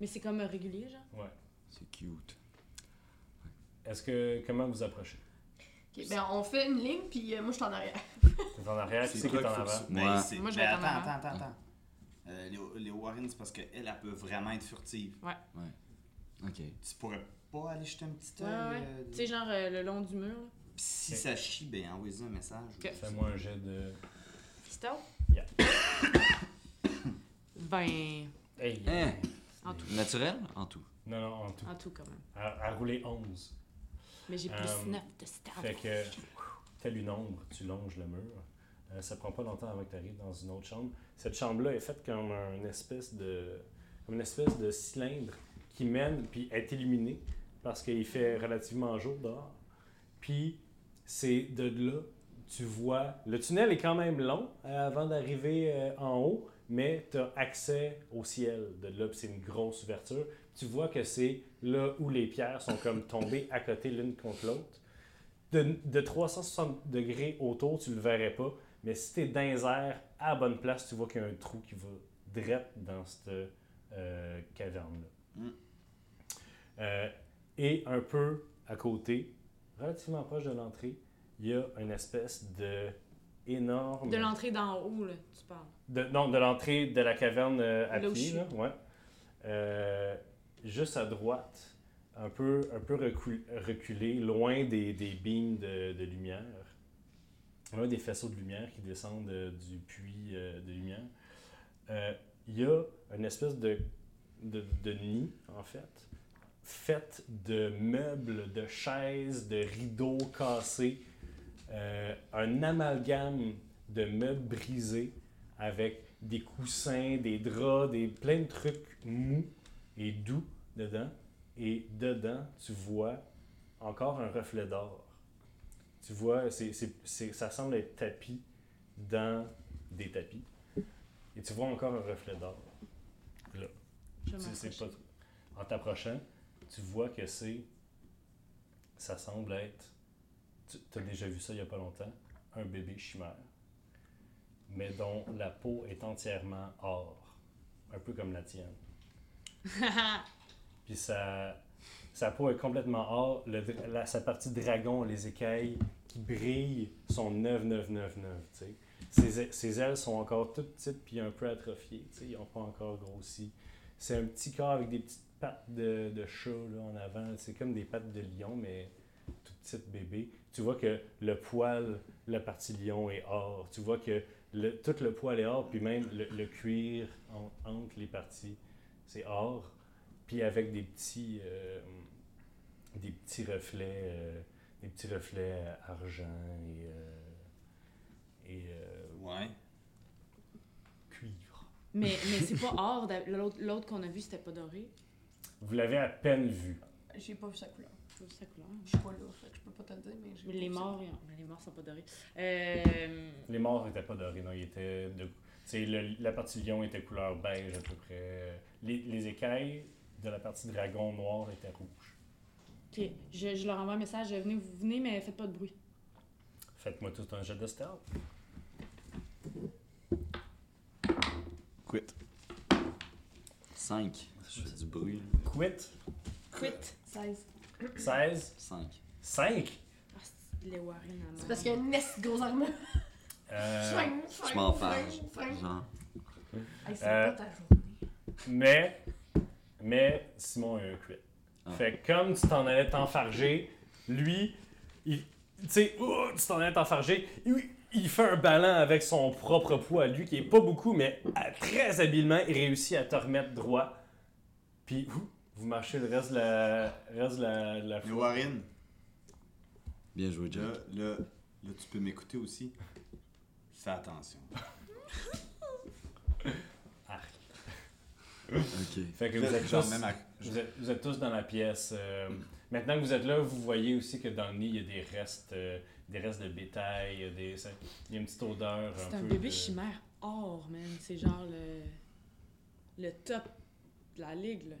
S5: Mais c'est comme euh, régulier, genre.
S2: Ouais.
S6: C'est cute.
S2: Est-ce que. Comment vous approchez
S3: Ok, ben on fait une ligne, puis euh, moi je suis en arrière.
S2: T'es en arrière, qui c'est qui est en avant
S1: Mais
S6: Ouais.
S1: c'est-
S5: Moi, je hein.
S1: mais
S5: vais être en
S1: attends,
S5: avant.
S1: attends, attends, attends. Euh, les, les Warren, c'est parce qu'elle, elle peut vraiment être furtive.
S6: Ok.
S1: Tu pourrais pas aller jeter un petit
S5: Ouais,
S1: œil.
S5: ouais.
S1: euh,
S5: Tu sais, genre euh, le long du mur. là.
S1: pis si ça chie, ben envoyez un message.
S5: Ok.
S2: Fais-moi un jet de.
S5: Fiston? *coughs*
S2: Yeah.
S5: 20
S2: Hey!
S6: Hein?
S5: En tout.
S6: Naturel? En tout.
S2: Non, non, en tout.
S5: en tout, quand même.
S2: À, à rouler 11.
S5: Mais j'ai plus
S2: Euh,
S5: 9 de stealth.
S2: Fait que, telle une ombre, tu longes le mur. Euh, ça prend pas longtemps avant que tu arrives dans une autre chambre. Cette chambre-là est faite comme une espèce de, comme une espèce de cylindre qui mène puis est illuminé parce qu'il fait relativement jour dehors. Puis c'est de là, tu vois, le tunnel est quand même long euh, avant d'arriver euh, en haut, mais tu as accès au ciel. De là, puis c'est une grosse ouverture. Tu vois que c'est là où les pierres sont comme tombées à côté l'une contre l'autre de, de 360 degrés autour, tu le verrais pas. Mais si tu es dans les airs, à la bonne place, tu vois qu'il y a un trou qui va direct dans cette euh, caverne-là.
S1: Mm.
S2: Euh, et un peu à côté, relativement proche de l'entrée, il y a une espèce de énorme.
S5: De l'entrée d'en haut, là, tu parles.
S2: De- non, de l'entrée de la caverne euh, à
S5: Là où je
S2: pied,
S5: suis.
S2: là, ouais. Euh, juste à droite, un peu, un peu recul- reculé, loin des, des beams de, de lumière, loin des faisceaux de lumière qui descendent euh, du puits euh, de lumière, euh, il y a une espèce de, de, de nid, en fait, faite de meubles, de chaises, de rideaux cassés, euh, un amalgame de meubles brisés avec des coussins, des draps, des plein de trucs mous et doux dedans. Et dedans, tu vois encore un reflet d'or. Tu vois, c'est, c'est- c'est- ça semble être tapis dans des tapis. Et tu vois encore un reflet d'or. Là.
S5: Je vais
S2: Tu sais
S5: m'approcher.
S2: pas trop. En t'approchant, tu vois que c'est. Ça semble être. Tu as déjà vu ça il y a pas longtemps. Un bébé chimère. Mais dont la peau est entièrement or. Un peu comme la tienne. Puis sa, sa peau est complètement or. Le dra- la- sa partie dragon, les écailles qui brillent sont 9999. tu sais. Ses, a- ses ailes sont encore toutes petites puis un peu atrophiées. tu sais, Ils n'ont pas encore grossi. C'est un petit corps avec des petites pattes de, de chat là, en avant. C'est comme des pattes de lion, mais tout petit bébé. Tu vois que le poil, la partie lion est or. Tu vois que le- tout le poil est or, puis même le, le cuir en- entre les parties, c'est or. Puis avec des petits, euh, des petits reflets, euh, des petits reflets argent et, euh, et euh,
S1: Ouais.
S2: cuivre.
S5: Mais,
S2: *laughs*
S5: mais c'est pas or. d'a- L'autre l'autre qu'on a vu, c'était pas doré.
S2: Vous l'avez à peine vu.
S3: J'ai pas vu sa couleur.
S5: Je trouve ça couleur.
S3: Je suis pas là, fait que je peux pas te le dire, mais j'ai
S5: Mais
S3: pas
S5: les
S3: vu sa
S5: morts, ils ont- mais les morts sont pas dorés. Euh,
S2: Les morts n'étaient pas dorés, non, ils étaient de. tu sais, le- la partie lion était couleur beige à peu près. Les, les écailles de la partie dragon noir étaient rouges.
S5: ok, je, je leur envoie un message. Venez, vous venez, mais faites pas de bruit.
S2: Faites-moi tout un jet de stealth.
S6: Quit. 5. Je fais du bruit.
S2: Quit.
S5: Quit.
S3: 16.
S2: 16.
S6: 5.
S2: 5.
S5: Ah, c'est- les hein, Warren à
S3: C'est parce qu'il y a une nest gros armement.
S2: Euh,
S3: *laughs* Fring, fring,
S6: Je m'en fâche.
S3: fring, fring.
S6: Genre.
S3: Hey, c'est
S2: Euh,
S3: pas ta journée.
S2: mais. Mais Simon a eu un crit.
S6: Ah.
S2: Fait que comme tu t'en allais t'enfarger, lui, il. Tu sais, ouh, tu t'en allais t'enfarger. Il, il fait un ballon avec son propre poids, lui, qui est pas beaucoup, mais à- très habilement, il réussit à te remettre droit. Puis, ouh, vous marchez le reste de la. Reste de la, de la
S1: Les
S2: foule.
S1: Warren,
S6: Bien joué,
S1: là,
S6: Jack.
S1: là, là, tu peux m'écouter aussi. Fais attention.
S6: Ok.
S2: Fait que
S1: Là,
S2: vous êtes
S1: genre,
S2: tous-
S1: même à-
S2: Vous êtes, vous êtes tous dans la pièce. euh, maintenant que vous êtes là, vous voyez aussi que dans le nid, il y a des restes, euh, des restes de bétail, il y a, des, ça- il y a une petite odeur.
S5: C'est un
S2: peu
S5: bébé
S2: de-
S5: chimère or, man. C'est genre le, le top de la ligue, là.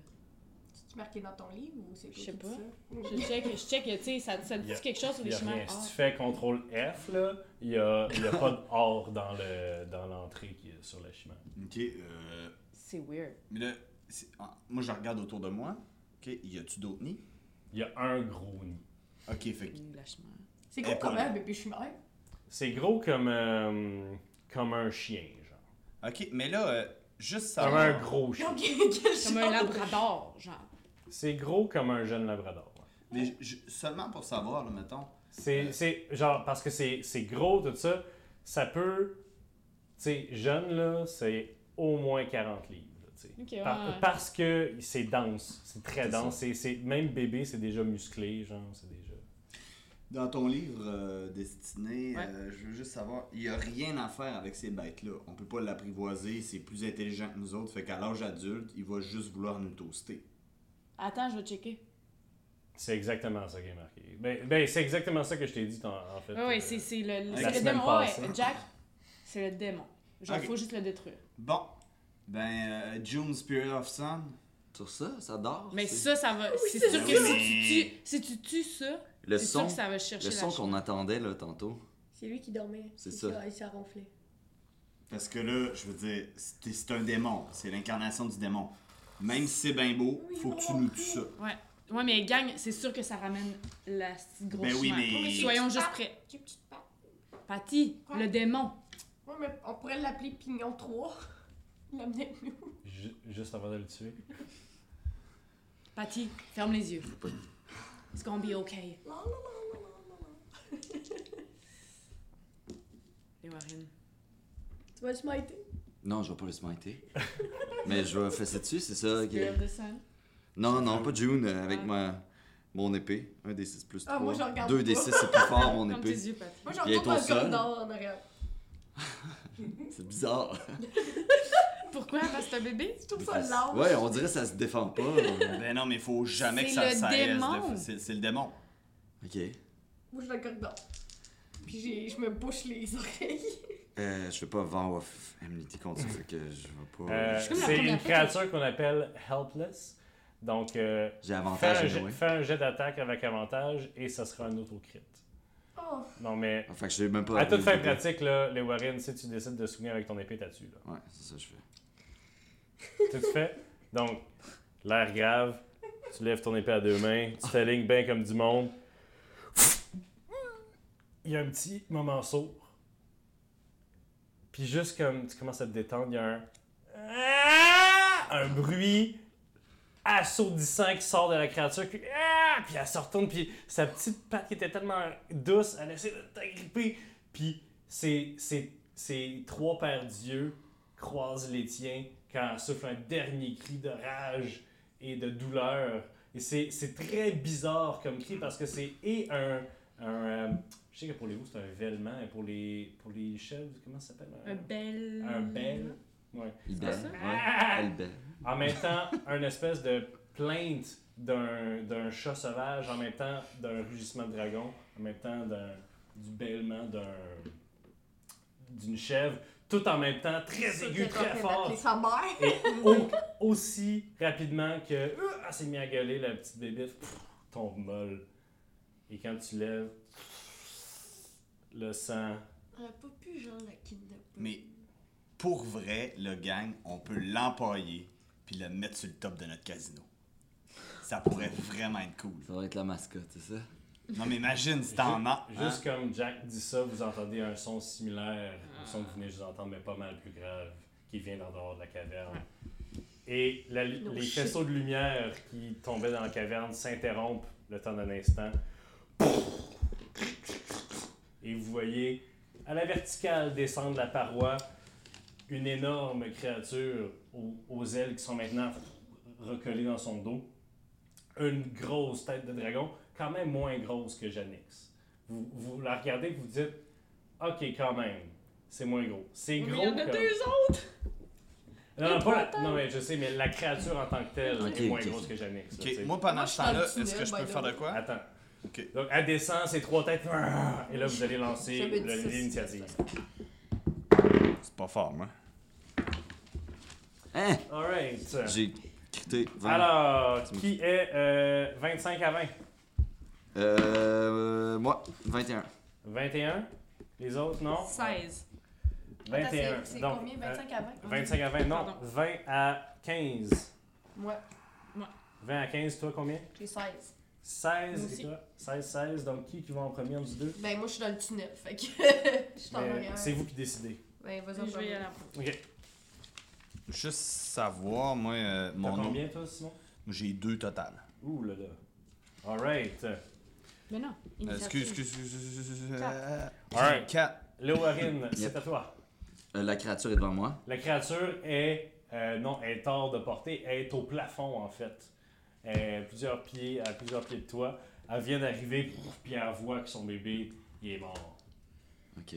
S3: C'est marqué dans ton livre ou c'est toi
S5: Je sais
S3: qui dis
S5: pas.
S3: ça?
S5: Je check, je check, tu sais, ça, ça dit
S2: Y a-
S5: quelque chose sur
S2: Il
S5: les
S2: y a
S5: chemins.
S2: rien.
S5: Ah.
S2: Si tu fais CTRL F, là, il n'y a, il y a pas de or dans le dans l'entrée qui est sur le chemin.
S1: Ok. euh,
S5: C'est weird.
S1: mais là, c'est- ah, moi, je regarde autour de moi. Ok, y a-tu d'autres nids?
S2: Il y a un gros nid.
S1: Ok, fait que.
S5: Une lâchement.
S3: C'est gros
S1: Épaule.
S3: quand même, bébé chimère.
S2: C'est gros comme, euh, comme un chien, genre.
S1: Ok, mais là, euh, juste
S2: Comme un
S1: savoir.
S2: gros chien.
S3: Donc, *laughs* quel genre?
S5: Comme un labrador, genre.
S2: C'est gros comme un jeune labrador. ouais.
S1: Mais ju- ju- seulement pour savoir, là, mettons.
S2: C'est, c'est- genre, parce que c'est, c'est gros, tout ça, ça peut. Tu sais, jeune, là, c'est au moins 40 livres. là, tu sais.
S5: Ok,
S2: Par-
S5: ouais, ouais.
S2: Parce que c'est dense, c'est très
S1: C'est ça.
S2: dense. C'est, c'est- même bébé, c'est déjà musclé, genre, c'est déjà.
S1: Dans ton livre euh, Destiné,
S5: Ouais.
S1: euh, je veux juste savoir, il n'y a rien à faire avec ces bêtes-là. On peut pas l'apprivoiser, c'est plus intelligent que nous autres. Fait qu'à l'âge adulte, il va juste vouloir nous toaster.
S5: Attends, je vais checker.
S2: C'est exactement ça qui est marqué. Ben, ben, c'est exactement ça que je t'ai dit, en, en fait.
S5: Ouais, ouais,
S2: euh,
S5: c'est, c'est le,
S2: la
S5: c'est le
S2: semaine
S5: démon.
S2: passée.
S5: Ouais, Jack, c'est le démon. Genre,
S1: Ok.
S5: faut juste le détruire.
S1: Bon, ben, euh, June Spirit of Sun,
S6: Sur ça, ça
S2: Oh,
S6: dort.
S5: Mais
S6: c'est-
S5: ça, ça va. c'est,
S3: c'est
S5: sûr que
S1: ça.
S5: si tu tues, si tu tues ça,
S6: le
S5: c'est
S6: son,
S5: sûr que ça va chercher
S6: le son
S5: la
S6: qu'on
S5: chimère.
S6: attendait là tantôt.
S3: C'est lui qui dormait.
S6: C'est
S3: Il
S6: ça.
S3: s'est- Il s'est ronflé.
S1: parce que là, je veux dire, c'est c'est un démon, c'est l'incarnation du démon. Même si c'est bien beau,
S3: Oui,
S1: faut que tu
S3: non,
S1: nous
S3: non.
S1: tues ça.
S5: Ouais, mais gang, c'est sûr que ça ramène la petite grosse
S1: Ben oui,
S5: chimère.
S1: mais-
S5: Soyons juste prêts.
S3: J'ai une petite patte.
S5: Patty,
S3: Quoi?
S5: le démon.
S3: Ouais, mais on pourrait l'appeler Pignon 3. *laughs* L'amener avec nous.
S2: ju- juste avant de le tuer.
S5: Patty, ferme les yeux. It's gonna be okay.
S3: La, la, la, la, la, la, la.
S5: Les Warren.
S3: Tu vas le smiter?
S6: Non, je vais pas le smiter.
S3: *laughs*
S6: Mais je vais fesser dessus, c'est ça. que-
S5: Girl de sang.
S6: Non, non, pas June, euh, avec
S5: Ah.
S6: ma... mon épée. 1 d 6 plus 3.
S3: Ah, moi, je regarde
S6: 2 d 6 c'est plus
S1: Ah,
S3: *laughs*
S6: fort, mon
S5: Ferme tes
S6: épée.
S5: yeux, Patty.
S3: Moi, je
S6: Il est
S3: retourne dans
S6: au
S3: le
S6: sol.
S3: corridor en arrière.
S6: C'est bizarre.
S5: Pourquoi? Parce que c'est un bébé?
S3: Je trouve ça large.
S6: Ouais, on dirait que ça se défend pas. *laughs* ok.
S1: Ben non, mais faut jamais que
S5: C'est
S1: ça
S5: le
S1: cesse. de-
S5: démon.
S1: C'est c'est le démon.
S3: Moi, je suis dans le corridor. Puis j'ai- je me bouche les oreilles. *laughs*
S6: Euh, je vais pas vendre off Amity contre ça, fait que je vais pas.
S2: Euh,
S5: comme la
S2: c'est
S5: première
S2: une
S5: fois.
S2: créature qu'on appelle helpless. Donc, euh,
S6: J'ai
S2: fais, un
S6: avantage,
S2: jet,
S6: anyway.
S2: fais un jet d'attaque avec avantage et ça sera un autre crit.
S3: Oh,
S2: Non, mais
S6: Ah, Fait que je l'ai même pas.
S2: à toute fin
S6: appelé.
S2: pratique, là, les Warren, si tu décides de swinguer avec ton épée, t'as tu là.
S6: Ouais, c'est ça que je fais.
S2: Tout de fait. Donc, l'air grave, tu lèves ton épée à deux mains, tu t'alignes bien comme du monde. Il y a un petit moment sourd. Puis juste comme tu commences à te détendre, il y a un... Ah! Un bruit assourdissant qui sort de la créature. Puis, Ah! puis elle se retourne, puis sa petite patte qui était tellement douce, elle essaie de t'agripper. Puis ses, ses- ses trois paires d'yeux croisent les tiens quand elle souffle un dernier cri de rage et de douleur. Et c'est c'est très bizarre comme cri parce que c'est et un. un, euh, je sais que pour les loups, c'est un vêlement, et pour les, pour les chèvres, comment ça s'appelle
S5: Un bel.
S2: Un bel. Ouais.
S6: Il belle.
S5: ça?
S6: Ouais, elle belle.
S2: En même temps, un espèce de plainte d'un d'un chat sauvage, en même temps d'un rugissement de dragon, en même temps d'un- du bêlement d'un d'une chèvre, tout en même temps très aigu, très fort.
S3: Et sa mère. *laughs*
S2: Et au- aussi rapidement que euh, elle s'est mis à gueuler, la petite bébite pff, tombe molle. Et quand tu lèves, le sang.
S3: On a pas pu, genre, la kidnapper.
S1: Mais pour vrai, le gang, on peut l'empailler puis le mettre sur le top de notre casino. Ça pourrait vraiment être cool.
S6: Ça va être la mascotte, c'est ça?
S1: Non, mais imagine, c'est en or.
S2: Ju- Ah, Juste comme Jack dit ça, vous entendez un son similaire au son que vous venez de vous entendre, mais pas mal plus grave, qui vient d'en dehors de la caverne. Et la lu-
S3: No
S2: les
S3: shit.
S2: faisceaux de lumière qui tombaient dans la caverne s'interrompent le temps d'un instant. Et vous voyez à la verticale descendre la paroi une énorme créature aux, aux ailes qui sont maintenant recollées dans son dos. Une grosse tête de dragon, quand même moins grosse que Janix. Vous, vous la regardez et vous dites Ok, quand même, c'est moins gros. C'est
S5: Mais
S2: gros.
S5: il y en a
S2: comme-
S5: deux autres!
S2: non, non, pas la- non, mais je sais, mais la créature en tant que telle
S6: Ok,
S2: est moins
S6: ok.
S2: grosse que Janix. là,
S1: Ok,
S2: tu sais. Ah,
S1: moi pendant
S3: Moi, je
S1: ce
S3: suis dans
S1: temps-là,
S3: le
S1: est-ce que
S3: tunnel,
S1: je peux
S3: by the
S1: faire de
S3: way.
S1: quoi
S2: Attends.
S1: Ok.
S2: Donc, elle descend, ses trois têtes. *laughs* Et là, vous allez lancer
S3: J'avais dit
S2: le-
S3: ça,
S2: l'initiative.
S1: C'est pas fort, moi.
S6: Hein?
S2: Alright.
S6: J'ai crité. vingt.
S2: Alors, qui est euh, 25 à 20
S6: Euh, moi, 21.
S2: 21 Les autres, non
S5: 16.
S3: Attends,
S2: 21.
S3: c'est- C'est
S2: Donc,
S3: combien?
S2: euh,
S3: 25 à 20?
S2: 25 à 20, non.
S5: Pardon.
S2: 20 à 15.
S3: Moi,
S2: 20 à 15, toi combien
S3: j'ai 16.
S2: 16
S5: aussi.
S2: et toi 16, 16. Donc, qui, qui va en premier entre les deux
S3: Ben, moi, je suis dans le tunnel, fait que *laughs* je suis en
S2: Mais
S3: arrière.
S2: C'est vous qui décidez.
S3: Ben, vas-y,
S5: Je vais y aller.
S3: on
S5: en premier.
S2: Ok.
S1: Juste savoir, moi, euh,
S2: T'as
S1: mon nom.
S2: combien, toi, Simon
S1: J'ai deux total.
S2: Ouh là là. Alright.
S5: Mais non.
S1: Euh, excuse,
S5: initiative.
S1: excuse, excuse, excuse, excuse, excuse. euh,
S2: Alright.
S1: Quatre. *laughs*
S2: Léoharine,
S6: Yep.
S2: c'est à toi.
S6: Euh, la créature est devant moi.
S2: La créature est. euh, non, elle est hors de portée. Elle est au plafond, en fait. Elle est à plusieurs pieds, à plusieurs pieds de toi. Elle vient d'arriver, pouf, puis elle voit que son bébé, il est mort.
S6: Ok.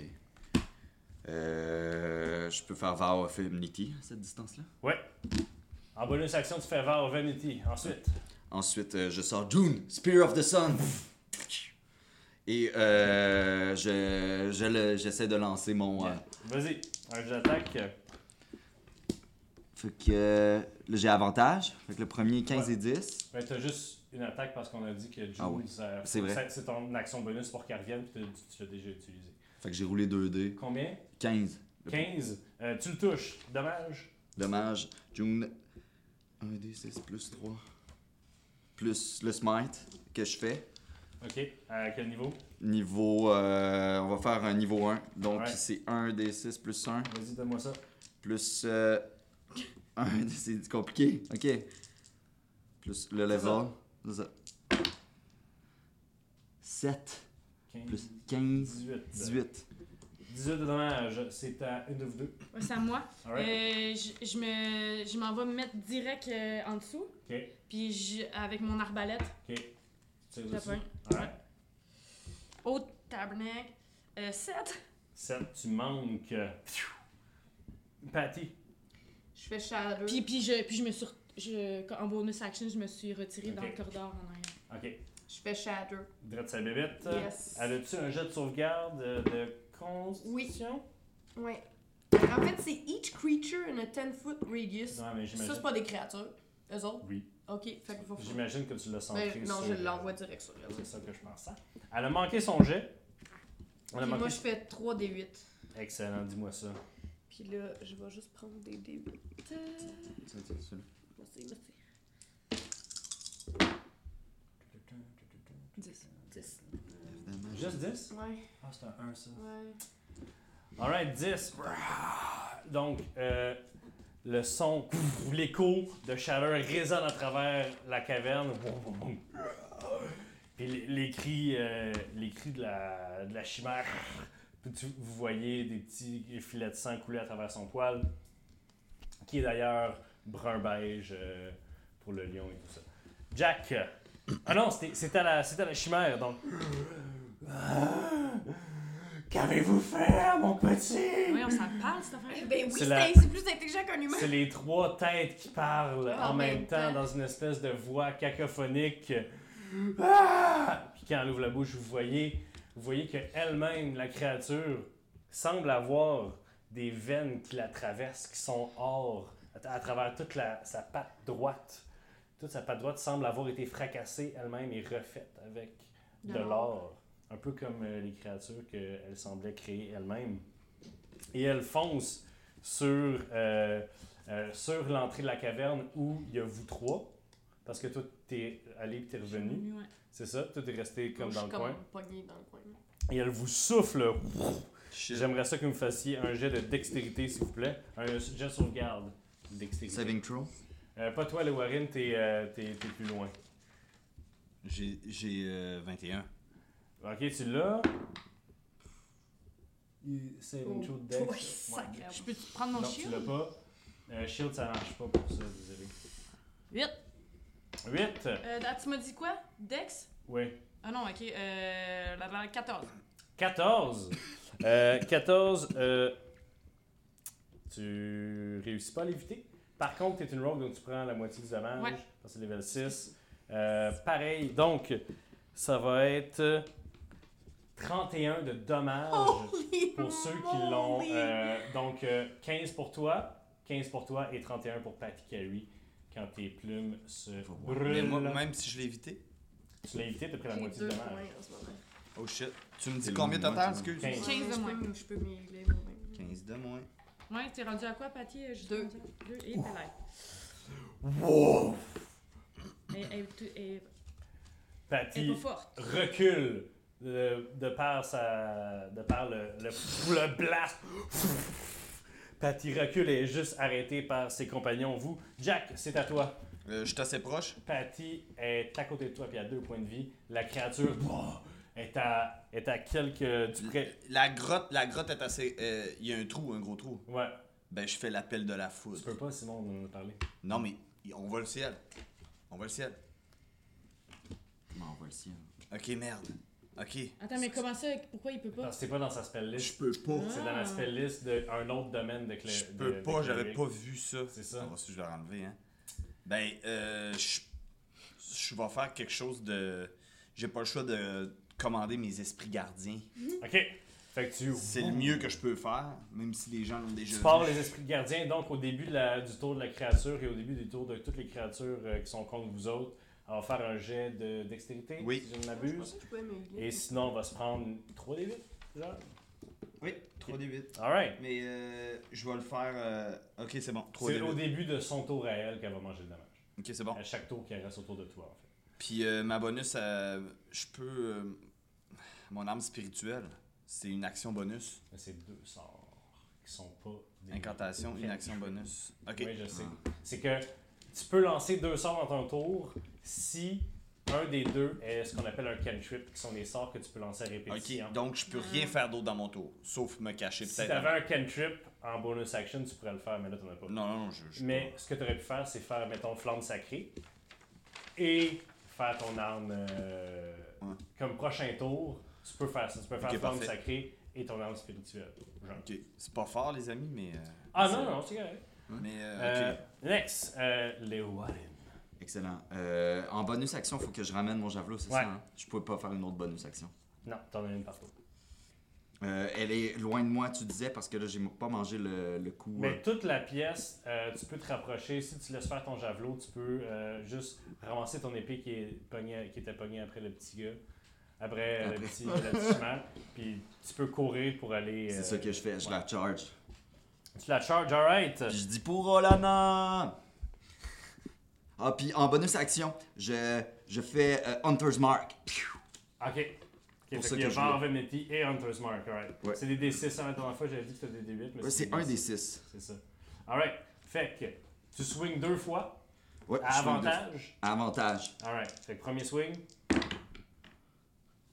S6: Euh, je peux faire Vow of Immunity à cette distance-là.
S2: En bonus action, tu fais vers Vanity. Ensuite,
S6: Ensuite, euh, je sors June, Spear of the Sun. Et euh, je, je le- j'essaie de lancer mon. euh,
S2: vas-y, un jeu d'attaque.
S6: Fait que euh, là, j'ai avantage. Fait que le premier 15
S2: Ouais.
S6: et 10.
S2: Ben, t'as juste une attaque parce qu'on a dit que June,
S6: Ah oui,
S2: ça-
S6: c'est vrai.
S2: ça- c'est ton action bonus pour qu'elle revienne, puis t'as- tu l'as déjà utilisé.
S6: Fait que j'ai roulé 2 dés.
S2: Combien
S6: 15.
S2: 15. Euh, tu le touches. Dommage.
S6: Dommage. June. 1 d 6 plus 3. Plus le smite que je fais.
S2: Ok. À quel niveau
S6: Niveau. euh, on va faire un niveau 1. Donc
S2: Ouais.
S6: c'est 1 d 6 plus 1.
S2: Vas-y, donne-moi ça.
S6: Plus. euh, *laughs* un, c'est compliqué. Ok. Plus le level. C'est ça. 7
S2: 15.
S6: plus 15.
S2: 18.
S6: 18.
S2: 18 de dommage. C'est à une de vous deux.
S5: Ouais, C'est à moi.
S2: Alright.
S5: Euh, je- je me- je m'en vais me mettre direct euh, en dessous.
S2: Ok.
S5: Puis je- avec mon arbalète,
S2: Ok. Tu
S5: je la pogne.
S2: Alright.
S5: Au tabernacle. euh, 7.
S2: 7. Tu manques. Pfiou. Patty.
S3: Je fais Shadow.
S5: Puis, puis, je, puis je me suis. re- Je, en bonus action, je me suis retirée dans
S2: Ok.
S5: le corridor en arrière.
S2: Ok.
S3: Je fais Shadow.
S2: Drette sa bébête.
S3: Yes.
S2: Elle a-tu un jet de sauvegarde euh, de constitution
S3: Ouais. En fait, c'est each creature in a 10-foot radius.
S2: Non, mais
S3: ça, c'est
S2: j'imagine.
S3: pas des créatures. Eux autres?
S2: Oui.
S3: Ok, fait qu'il faut faire.
S2: J'imagine que tu l'as centré
S3: Ben, non, je
S2: sur- euh,
S3: l'envoie direct sur elle.
S2: C'est ça que je pensais. Elle a manqué son jet. Elle a
S3: Puis
S2: manqué...
S3: moi, je fais 3 D8.
S2: Excellent, dis-moi ça.
S3: Puis là, je vais juste prendre des D8. Euh, Merci, merci. 10. 10.
S2: Juste 10?
S3: Ouais,
S2: Ah, c'est un 1, ça.
S3: ouais.
S2: Alright, 10. Donc, euh, le son, *laughs* l'écho de chaleur résonne à travers la caverne. Puis les, les cris, euh, les cris de la, de la chimère. Puis tu- vous voyez des petits filets de sang couler à travers son poil, qui est d'ailleurs brun beige euh, pour le lion et tout ça. Jack. euh, Ah non, c'était- c'était à la, c'était à la chimère, donc. Qu'avez-vous fait à mon petit?
S5: Oui, on s'en parle cette affaire.
S3: Ben oui,
S2: C'est
S3: c'est
S2: la-
S3: c'est plus intelligent qu'un humain.
S2: C'est les trois têtes qui parlent Ah, en,
S3: En
S2: même,
S3: même
S2: temps,
S3: temps.
S2: dans une espèce de voix cacophonique. Ah! Puis quand elle ouvre la bouche, vous voyez, vous voyez que elle-même, la créature, semble avoir des veines qui la traversent, qui sont hors, à, à travers toute la- sa patte droite. Toute sa patte droite semble avoir été fracassée elle-même et refaite avec de
S5: De l'or.
S2: l'or. Un peu comme euh, les créatures qu'elle semblait créer elle-même. Et elle fonce sur, euh, euh, sur l'entrée de la caverne où il y a vous trois. Parce que toi, t'es allé et t'es revenu.
S5: Ouais.
S2: C'est ça, toi, t'es resté comme
S3: Moi,
S2: dans le
S3: je suis
S2: coin.
S3: comme pognée dans le *laughs* coin.
S2: Et elle vous souffle.
S6: Shit.
S2: J'aimerais ça que vous me fassiez un jet de dextérité, s'il vous plaît. Un jet de sauvegarde. Dextérité.
S6: Saving throw.
S2: Euh, pas toi, Lewarine, t'es euh, t'es- t'es plus loin.
S1: J'ai j'ai, euh, 21.
S2: Ok, tu l'as.
S3: Oh,
S2: Saving throw dex.
S3: Ouais,
S2: Ouais.
S3: sacré.
S5: Je peux -tu prendre mon
S2: Non, tu
S5: shield?
S2: l'as pas. Euh, shield, ça marche pas pour ça, désolé.
S5: Huit.
S2: 8
S5: Euh, là, tu m'as dit quoi? Dex?
S2: Oui.
S5: Ah non, ok. Euh, la, la- 14.
S2: 14 Euh, 14, euh, tu réussis pas à l'éviter. Par contre, tu es une rogue, donc tu prends la moitié du dommage.
S5: Ouais.
S2: Parce que c'est level 6. Euh, pareil, donc, ça va être 31 de dommages
S3: Oh
S2: pour ceux qui l'ont. euh, donc, euh, 15 pour toi, 15 pour toi et 31 pour Patty Carey. quand tes plumes se
S6: Faut voir.
S1: Mais
S2: brûlent.
S1: moi, même si je l'ai évité.
S2: Tu l'as évité, t'as pris la
S3: J'ai
S2: moitié de
S3: deux
S2: dommage.
S3: points en ce moment.
S1: Oh shit. Tu me dis
S6: C'est
S1: combien
S6: le moins,
S1: total,
S6: tu
S1: excuse?
S2: Quinze.
S3: Ouais,
S5: de
S3: je
S5: moins.
S3: peux me- Je peux m'y régler moi-même.
S6: 15 de moins.
S5: Ouais, t'es rendu à quoi, Patty? Euh, je
S3: Deux.
S5: suis rendue à Deux. Et t'as l'air.
S6: Wow!
S5: Elle- elle- tu- Elle elle
S2: Patty
S5: est pas forte.
S2: recule de, de par sa. de par le. le, le blast. Patty recule et est juste arrêtée par ses compagnons. Vous, Jack, c'est à toi.
S1: Euh, je suis assez proche.
S2: Patty est à côté de toi puis à deux points de vie. La créature boah, est à est à quelques du près.
S1: La grotte, la grotte est assez. euh, Il y a un trou, un gros trou.
S2: Ouais,
S1: Ben, je fais l'appel de la
S2: tu peux
S1: foudre.
S2: pas sinon on en a parlé.
S1: Non, mais on voit le ciel. On voit le ciel.
S6: M'en va le ciel.
S1: Ok, merde. Ok.
S5: Attends, mais comment ça? Pourquoi il peut pas?
S2: Parce que c'est pas dans sa spell list.
S1: peux pas.
S2: C'est dans la spell list d'un autre domaine de clé.
S1: Je peux pas, j'avais pas vu ça.
S2: C'est ça.
S1: On va voir si je vais l'enlever, hein. Ben, euh, je je vais faire quelque chose de. J'ai pas le choix de commander mes esprits gardiens.
S2: Ok. Fait que tu.
S1: C'est le mieux que je peux faire, même si les gens l'ont déjà
S2: Tu
S1: vu.
S2: pars les esprits gardiens, donc au début de la- du tour de la créature et au début du tour de toutes les créatures euh, qui sont contre vous autres, on va faire un jet de dextérité,
S1: Oui.
S2: si je ne
S3: Je
S2: m'abuse.
S3: pensais que je pouvais me régler.
S2: Et sinon, on va se prendre 3d8, genre.
S1: Oui, 3D8.
S2: Alright.
S1: Mais euh, je vais le faire. euh, Ok, c'est bon.
S2: C'est au
S1: 3D8.
S2: début de son tour à elle qu'elle va manger le dommage.
S1: Ok, c'est bon.
S2: À chaque tour qui reste autour de toi, en fait.
S1: Puis euh, ma bonus, euh, je peux. euh, Mon arme spirituelle, c'est une action bonus.
S2: Mais C'est deux sorts qui sont pas des.
S1: Incantation, une action bonus. Ok. Hmm.
S2: Oui, je sais. C'est que tu peux lancer deux sorts dans ton tour si un des deux est ce qu'on appelle un cantrip, qui sont des sorts que tu peux lancer à répétition.
S1: Ok, donc je peux rien faire d'autre dans mon tour, sauf me cacher
S2: si
S1: peut-être.
S2: t'avais un cantrip en bonus action, tu pourrais le faire, mais là, t'en as pas.
S1: Non, non, non, je. je
S2: mais ce que t'aurais pu faire, c'est faire, mettons, flamme sacrée et faire ton arme. euh,
S1: Ouais.
S2: Comme prochain tour, tu peux faire ça. Tu peux faire
S1: Ok,
S2: flamme
S1: parfait.
S2: sacrée et ton arme spirituelle. genre.
S1: Ok, c'est pas fort, les amis, mais. euh,
S2: Ah
S1: c'est-
S2: non, non, c'est correct.
S1: Mais, euh,
S2: Euh,
S1: ok.
S2: next, euh, Léo Warren.
S6: Excellent. Euh, en bonus action, faut que je ramène mon javelot, c'est
S2: Ouais.
S6: ça? hein? Je pouvais pas faire une autre bonus action.
S2: Non, t'en as une partout.
S6: Euh, elle est loin de moi, tu disais, parce que là, j'ai pas mangé le, le coup. euh,
S2: Mais toute la pièce, euh, tu peux te rapprocher. Si tu laisses faire ton javelot, tu peux euh, juste ramasser ton épée qui, est pognée- qui était pognée après le petit gars. Après, euh, le
S6: Après.
S2: petit, le petit
S6: *laughs*
S2: chemin. Puis tu peux courir pour aller.
S6: C'est
S2: euh,
S6: ça que je fais, je
S2: ouais.
S6: la charge.
S2: Tu la charge, alright.
S6: Puis je dis pour Olana! Ah, puis en bonus action, je, je fais euh, Hunter's Mark. Piou!
S2: Ok. Ok,
S6: Pour
S2: fait
S6: ça
S2: qu'il y a
S6: que je voulais.
S2: Var Veneti et Hunter's Mark, alright.
S6: Ouais.
S2: C'est des D6. hein, La dernière fois, j'avais dit que c'était des D8. Mais
S6: Ouais, c'est un des six.
S2: C'est ça. Alright. Fait que tu swings deux fois
S6: Ouais, je
S2: à
S6: fais une deux-
S2: avantage.
S6: à avantage.
S2: Alright. Fait que premier swing.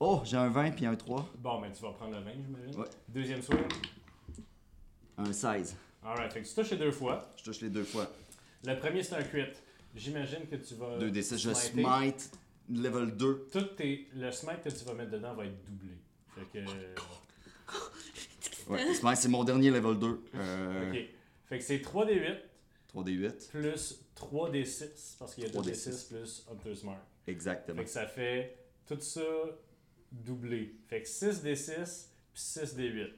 S6: Oh, j'ai un 20 puis un 3.
S2: Bon, ben tu vas prendre le 20, j'imagine.
S6: Ouais.
S2: Deuxième swing.
S6: Un 16.
S2: Alright, fait que tu touches les deux fois.
S6: Je touche les deux fois.
S2: Le premier, c'est un crit. J'imagine que tu vas.
S6: 2 des 6. Je
S2: smiter.
S6: smite level 2.
S2: Tout tes... Le smite que tu vas mettre dedans va être doublé. Fait que.
S6: Oh Ouais, smite, c'est mon dernier level 2. Euh,
S2: Ok. Fait que c'est 3d8
S6: 3 des 8.
S2: plus 3d6 parce qu'il y a 2d6
S6: 3d6
S2: plus Hunter's Mark.
S6: Exactement.
S2: Fait que ça fait tout ça doublé. Fait que 6d6 puis 6d8.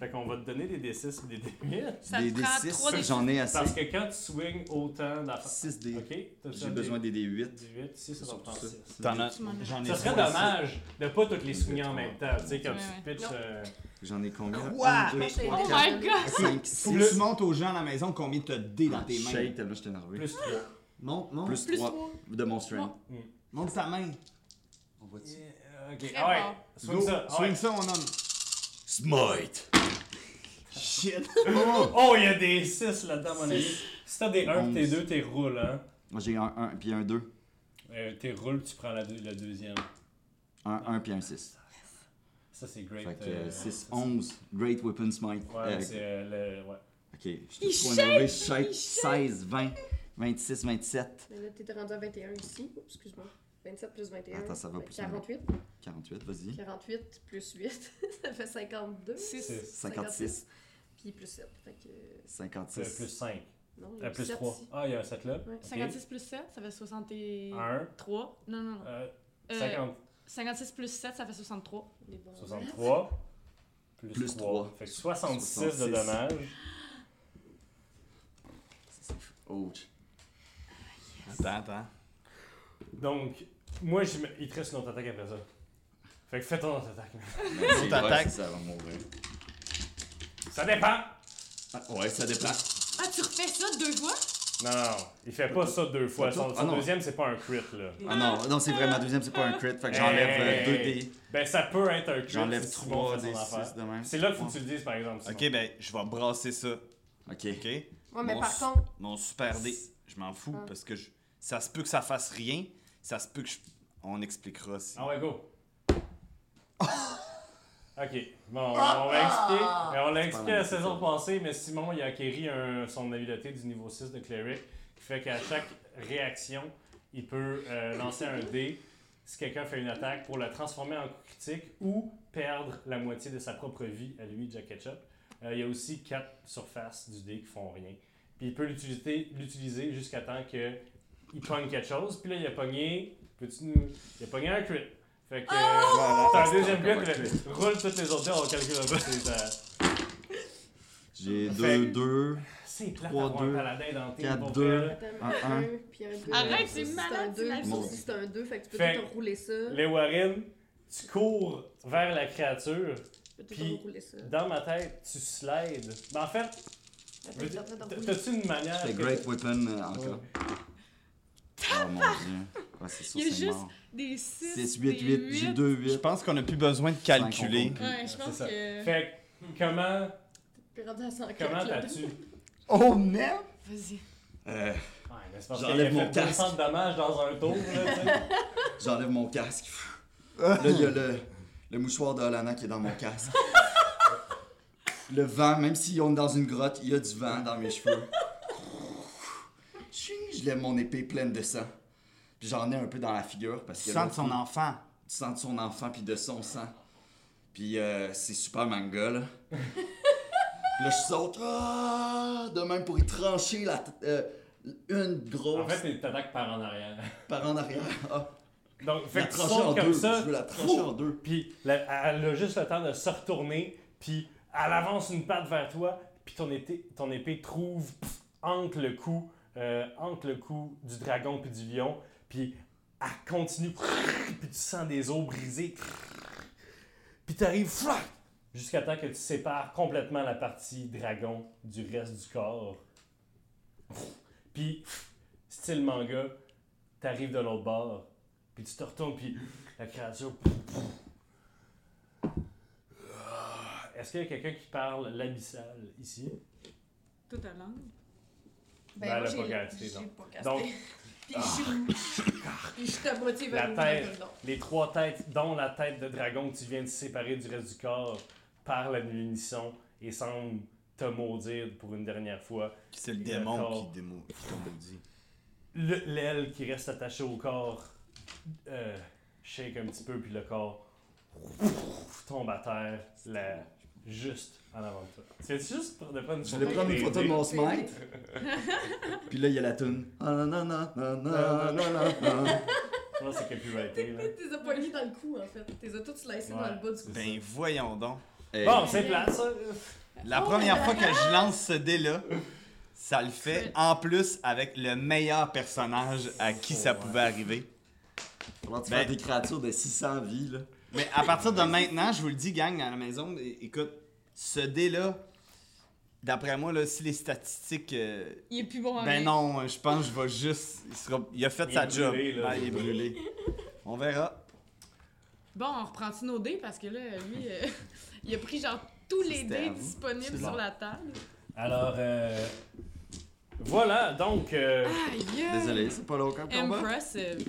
S2: Fait qu'on va te donner des d6 et des d8
S5: Ça
S6: des
S5: te prend trois des-
S6: 6, j'en ai assez.
S2: parce que quand tu swings autant d'affaires.
S6: 6 des.
S2: Ok? t'as
S6: J'ai besoin des D8.
S2: 18, si ça va prendre 6.
S1: T'en as.
S5: Tu m'en as-
S1: J'en ai
S2: Ça serait
S1: trois,
S2: dommage de pas toutes les swinguer en
S6: Ouais.
S2: même temps, tu sais, quand
S5: Ouais,
S2: tu te pitches.
S3: Non.
S2: euh,
S6: J'en ai combien
S1: Quoi?
S2: Ah,
S6: 1, 2,
S3: Je l'ai
S6: 3,
S5: Oh
S3: déjà
S6: 4,
S5: my
S3: donné.
S5: god!
S6: 5,
S1: Faut
S6: 6.
S1: que tu montres aux gens à la maison combien t'as de dés dans tes mains.
S6: Shake, Ah, tellement j'étais énervé.
S2: Plus 3.
S1: Montre, montre.
S6: Plus 3 de mon strength.
S2: Mm.
S1: Montre ta main. On voit-tu?
S2: Ok,
S5: Très
S2: alright.
S5: fort.
S2: Swing
S1: Go.
S2: ça.
S1: Swing
S2: alright.
S1: ça, mon homme.
S6: Smite!
S1: Shit.
S2: Oh, il y a des 6 là-dedans, mon ami. Si t'as des 1
S6: Onze.
S2: tes 2, t'es roule, hein.
S6: Moi j'ai un 1 puis un 2.
S2: Euh, T'es roule, tu prends la, deux- la deuxième.
S6: Un 1 puis un 6.
S2: Ça, c'est great.
S6: Fait que
S2: euh,
S6: 6,
S2: ça,
S6: 11. Great Weapon Smite.
S2: c'est-
S6: Euh,
S2: Ouais, c'est euh, le. Ouais.
S6: ok, je
S5: Il
S6: suis trop
S5: shake,
S6: énervé.
S5: il
S6: Shake,
S5: shake.
S6: 16, 20, 26, 27,
S3: Mais là, t'étais rendu à 21 ici. Oups, Excuse-moi. 27 plus 21.
S6: Attends, ça va plus
S3: 48.
S6: 48, vas-y.
S3: 48 Ben, plus 8. *laughs* ça fait 52.
S2: C'est-
S6: 56,
S3: Puis plus 7. Fait que. euh,
S2: C'est plus
S6: 56.
S2: 5.
S3: Non, il y a
S2: Euh, plus
S3: 7
S2: 3.
S3: ici.
S2: Ah, il y a un 7 là.
S3: Ouais.
S5: 56 plus 7, ça fait 63.
S2: 1.
S5: Non, non, non. Euh,
S2: 50.
S5: 56 plus 7, ça fait 63.
S3: Les bons.
S2: 63. Plus
S6: Plus
S2: 3.
S6: trois.
S2: Fait que 66 de
S6: 66.
S2: dommages.
S6: Oh, Ouch.
S1: Attends, attends.
S2: Donc, moi, je me- il te reste une autre attaque après ça. Fait que fais ton autre attaque. man.
S6: Merci,
S1: t'attaque.
S6: ouais, Ça va mourir.
S2: Ça dépend!
S6: Ah, Ouais, ça dépend.
S5: Ah, tu refais ça deux fois?
S2: Non, non, il fait pas ça deux fois. Son,
S6: Ah
S2: son
S6: non.
S2: deuxième, c'est pas un crit, là.
S6: Ah non, non c'est vrai, ma deuxième, c'est pas un crit. Fait que j'enlève
S2: Hey.
S6: 2 dés.
S2: Ben, ça peut être un crit.
S6: J'enlève
S2: si Simon
S6: 3
S2: fait son
S6: des
S2: affaire.
S6: 6 de même.
S2: C'est là qu'il faut que tu le dises, par exemple. Simon.
S1: Ok, ben, je vais brasser ça.
S6: Ok.
S1: Ok?
S3: Ouais, mais
S1: Mon
S3: par
S1: s-
S3: contre,
S1: Mon super dé, je m'en fous
S3: Ah.
S1: parce que je- ça se peut que ça fasse rien. Ça se peut que je. On expliquera si.
S2: Ah ouais, go. ok, bon, on va expliquer. Mais on l'a expliqué la saison passée, mais Simon, il a acquéri un- son habileté du niveau 6 de Cleric, qui fait qu'à chaque réaction, il peut euh, lancer un dé si quelqu'un fait une attaque pour la transformer en coup critique ou perdre la moitié de sa propre vie à lui, Jack Ketchup. Euh, il y a aussi quatre surfaces du dé qui font rien. Puis il peut l'utiliser l'utiliser jusqu'à temps que il pogne quelque chose. Puis là, il a pogné. Peux-tu nous. Il a pogné un crit. Fait que.
S6: Oh!
S2: voilà. T'as un deuxième
S6: encore
S2: crit,
S6: un
S2: puis là, roule toutes les autres dés, on calcule un peu. C'est, euh,
S6: J'ai
S2: Fait-
S6: 2, 2.
S2: c'est plate
S6: Trois,
S2: d'avoir un
S6: deux,
S2: paladin dans tes
S6: quatre,
S2: pour
S6: deux.
S2: vrai, là.
S7: Attends,
S6: Un,
S7: un,
S6: un.
S7: puis un deux.
S5: Arrête,
S7: Ça,
S5: c'est
S7: un
S5: malade,
S7: deux,
S5: la
S7: puis ça
S6: vie.
S7: aussi, c'est un deux, fait que tu peux
S2: Fait-
S7: tout enrouler ça.
S2: Les Warren, tu cours vers la créature.
S7: Tu peux tout
S2: puis-
S7: enrouler ça.
S2: Dans ma tête, tu slides. Ben, en fait,
S7: Attends,
S2: veux-
S7: attends, attends, enrouler.
S2: t'as-tu une manière.
S6: C'était
S2: que-
S6: Great Weapon euh, encore. Oh mon dieu. Ouais, c'est sûr,
S5: Il y a
S6: c'est
S5: juste
S6: mort.
S5: Des 6.
S6: 6, 8, 8. J'ai 2,
S1: Je
S6: 8.
S1: pense qu'on a plus besoin de
S6: calculer.
S1: calculer.
S5: Ouais, je pense
S2: C'est ça.
S5: que.
S2: Fait que, comment.
S7: Puis rendu à 104,
S2: Comment
S7: là.
S2: t'as-tu.
S6: Oh merde!
S5: Vas-y.
S6: Euh,
S2: Ouais, mais c'est parce qu'il a
S6: J'enlève
S2: fait
S6: mon casque.
S2: 200 de dommages dans un
S6: *laughs*
S2: tour, là, tu sais.
S6: J'enlève mon casque. Là, il y a le, le mouchoir de Holana qui est dans mon casque. Le vent, même si on est dans une grotte, il y a du vent dans mes cheveux. Ching, Je lève mon épée pleine de sang. Puis j'en ai un peu dans la figure parce que là,
S1: son enfant.
S6: tu sens de son enfant puis de son sang. Puis euh, c'est super manga, là. Puis là, je saute ah, de même pour y trancher la t- euh, une grosse
S2: En fait, t'attaques par en arrière.
S6: par en arrière. Ah,
S2: Donc, fait
S6: la
S2: que tu
S6: trancher
S2: sautes
S6: en
S2: comme
S6: deux.
S2: ça.
S6: Je veux la trancher
S2: Ouh!
S6: en deux.
S2: Puis la- elle a juste le temps de se retourner, puis elle avance une patte vers toi, puis ton, été- ton épée trouve pff, entre le cou, euh, entre le cou du dragon puis du lion, puis elle continue, pff, puis tu sens des os brisés, pff, puis t'arrives flac, jusqu'à temps que tu sépares complètement la partie dragon du reste du corps. Pff, Puis, pff, style manga, t'arrives de l'autre bord, puis tu te retournes, puis la créature. Est-ce qu'il y a quelqu'un qui parle l'abyssal ici?
S5: Toute la langue.
S2: Ben, elle
S3: moi,
S2: a
S3: j'ai-
S2: pas casté,
S3: j'ai
S2: donc.
S3: pas casté.
S2: Donc, ah.
S3: Puis je suis. Puis je suis à moitié
S2: La
S3: vers
S2: tête. *laughs* les trois têtes, dont la tête de dragon que tu viens de séparer du reste du corps, parlent à l'unisson et semblent te maudire pour une dernière fois.
S1: C'est le
S2: Il
S1: démon
S2: d'accord.
S1: qui démo- qui te maudit.
S2: Le- L'aile qui reste attachée au corps euh, shake un petit peu, puis le corps tombe à terre, la- juste en avant de toi. C'est juste pour de prendre une
S6: Je voulais
S2: photo
S6: prendre une
S2: des-
S6: photo de
S2: des-
S6: mon smite. Puis là, il y a la toune. Ah, non, non, non, non,
S2: Euh,
S6: non, non, non, non.
S2: Je pense que c'est quelqu'un pété, là.
S3: T'es as poignées dans le cou, en fait. T'es as toutes slicées dans
S2: Ouais.
S3: le bas du cou.
S1: Ben voyons donc.
S6: Hey,
S2: Bon, c'est plat, ça.
S3: Oh
S1: La première fois que je lance ce dé-là, ça le
S3: *laughs*
S1: fait en plus avec le meilleur personnage à qui ça pouvait arriver.
S6: comment tu
S1: ben-
S6: fais des créatures de 600 vies, là?
S1: Mais à partir de maintenant, je vous le dis, gang, à la maison, é- écoute, ce dé-là, d'après moi, là, si les statistiques. euh,
S5: Il est plus bon en
S1: ben
S5: rien.
S1: non, euh, je pense que je vais juste. Il, sera- il a fait
S2: Il
S1: sa
S2: est
S1: job.
S2: brûlé, là.
S1: Ben, il est brûlé. On verra.
S5: Bon, on reprend-tu nos dés parce que là, lui, euh, *laughs* il a pris genre tous les
S6: C'était à
S5: dés
S6: vous.
S5: disponibles
S6: C'est
S5: sur
S6: bon.
S5: la table.
S2: Alors, euh, voilà, donc, euh,
S5: Aïe!
S6: Désolé, c'est pas long comme combat.
S5: Impressive.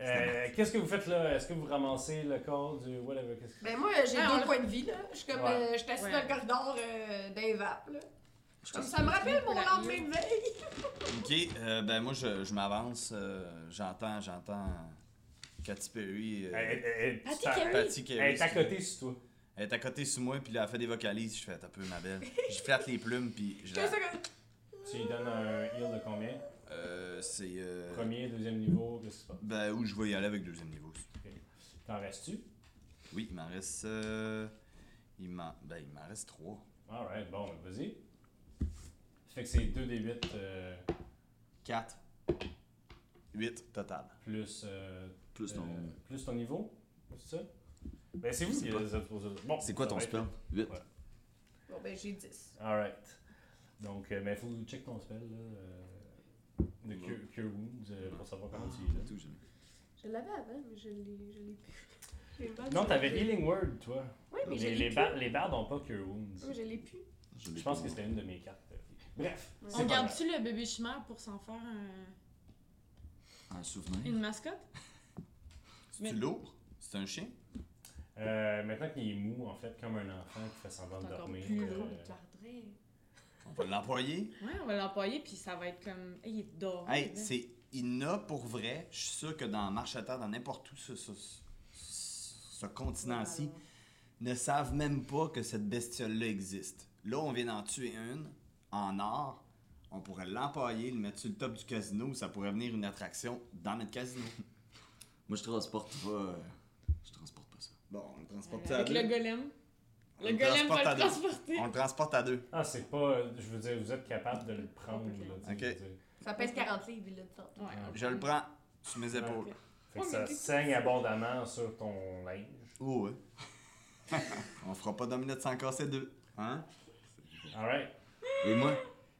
S2: euh, qu'est-ce que vous faites là? Est-ce que vous ramassez le corps du whatever? Qu'est-ce que...
S3: Ben moi, j'ai
S5: Ah, on
S3: deux
S5: l'a-
S3: points de vie, là. Je suis comme.
S2: Ouais.
S3: euh, je suis assise
S5: Ouais.
S3: dans le corridor euh, d'un vape, là. Je suis Comme ça me
S5: c'est
S3: rappelle mon
S5: la
S3: lendemain de veille.
S1: Ok, euh, ben moi, je, je m'avance. euh, j'entends, j'entends. Katy Perry. euh,
S2: Elle- elle- elle-
S5: Patty
S2: t'as-
S5: Carey.
S1: Patty Carey,
S2: Elle est à
S1: excuse-moi.
S2: côté sur toi.
S1: Elle est à côté sous moi, puis là, elle fait des vocalises. Je fais, t'as peu, ma belle. Je flatte les plumes, puis je la...
S3: Deux secondes.
S2: Tu lui donnes un heal de combien?
S1: Euh, c'est. euh,
S2: Premier, deuxième niveau, qu'est-ce qui se passe?
S1: Ben, où je vais y aller avec deuxième niveau.
S2: T'en restes-tu?
S1: Oui, il m'en reste. euh, Il m'en. Ben, il m'en reste trois.
S2: Alright, bon, ben, vas-y. Fait que c'est 2 des 8.
S1: Quatre. 8 total.
S2: Plus, euh,
S6: Plus
S2: euh,
S6: ton.
S2: plus ton niveau, c'est ça? Ben, c'est vous
S6: C'est
S2: qui
S6: pas-
S2: les êtes posés. Bon,
S6: C'est quoi
S2: ça
S6: ton
S2: va être-
S6: spell 8.
S3: Bon, ben, j'ai 10.
S2: Alright. Donc, euh, ben, faut que tu check ton spell, là. euh, de Cure, cure Wounds, euh, pour savoir comment tu l'as.
S7: Je l'avais avant, mais je l'ai je l'ai plus. J'ai une barre
S2: Non,
S7: sur
S2: t'avais
S7: le-
S2: Healing Word, toi.
S7: Oui, mais je
S2: Les,
S7: l'ai
S2: les,
S7: plus.
S2: ba- les bardes n'ont pas Cure Wounds.
S7: Oui, mais je l'ai plus.
S2: Je pense que c'était une de mes cartes. Bref.
S7: Ouais.
S2: c'est
S5: On
S2: pas grave.
S5: garde-tu le bébé chimère pour s'en faire un-
S6: Un souvenir.
S5: une mascotte?
S1: C'est lourd? C'est un chien?
S2: Euh, maintenant qu'il est mou, en fait, comme un enfant qui fait semblant de
S5: C'est encore
S2: dormir.
S5: plus
S2: euh,
S5: drôle.
S7: Garderai.
S1: On va l'employer.
S5: Ouais, on va l'employer, puis ça va être comme. Hey, il est doré.
S1: Hey,
S5: là.
S1: c'est Ina pour vrai. Je suis sûr que dans Marche à terre, dans n'importe où ce, ce, ce- ce continent-ci, ne savent même pas que cette bestiole-là existe. Là, on vient d'en tuer une, en or. On pourrait l'empailler, le mettre sur le top du casino, ça pourrait venir une attraction dans notre casino.
S6: Moi, je transporte pas. euh, Je transporte pas ça.
S1: *laughs* Bon, on le transporte à
S5: Avec
S1: deux.
S5: le golem.
S1: On
S5: Le golem
S1: transporte
S5: va
S1: à
S5: le
S1: deux.
S5: transporter.
S1: On le transporte à deux.
S2: Ah, c'est pas. euh, Je veux dire, vous êtes capable de le prendre. Là, tu sais,
S1: Ok.
S2: je veux dire.
S3: Ça pèse 40 livres, il l'a dit tantôt.
S5: Ouais, on
S1: Je le prends sur mes épaules.
S2: Fait que
S5: Ouais, mais
S2: ça
S5: t'es-
S2: saigne abondamment sur ton linge.
S1: Oh, ouais. *laughs* on fera pas dominate sans casser deux. Hein?
S2: Alright.
S6: Et moi,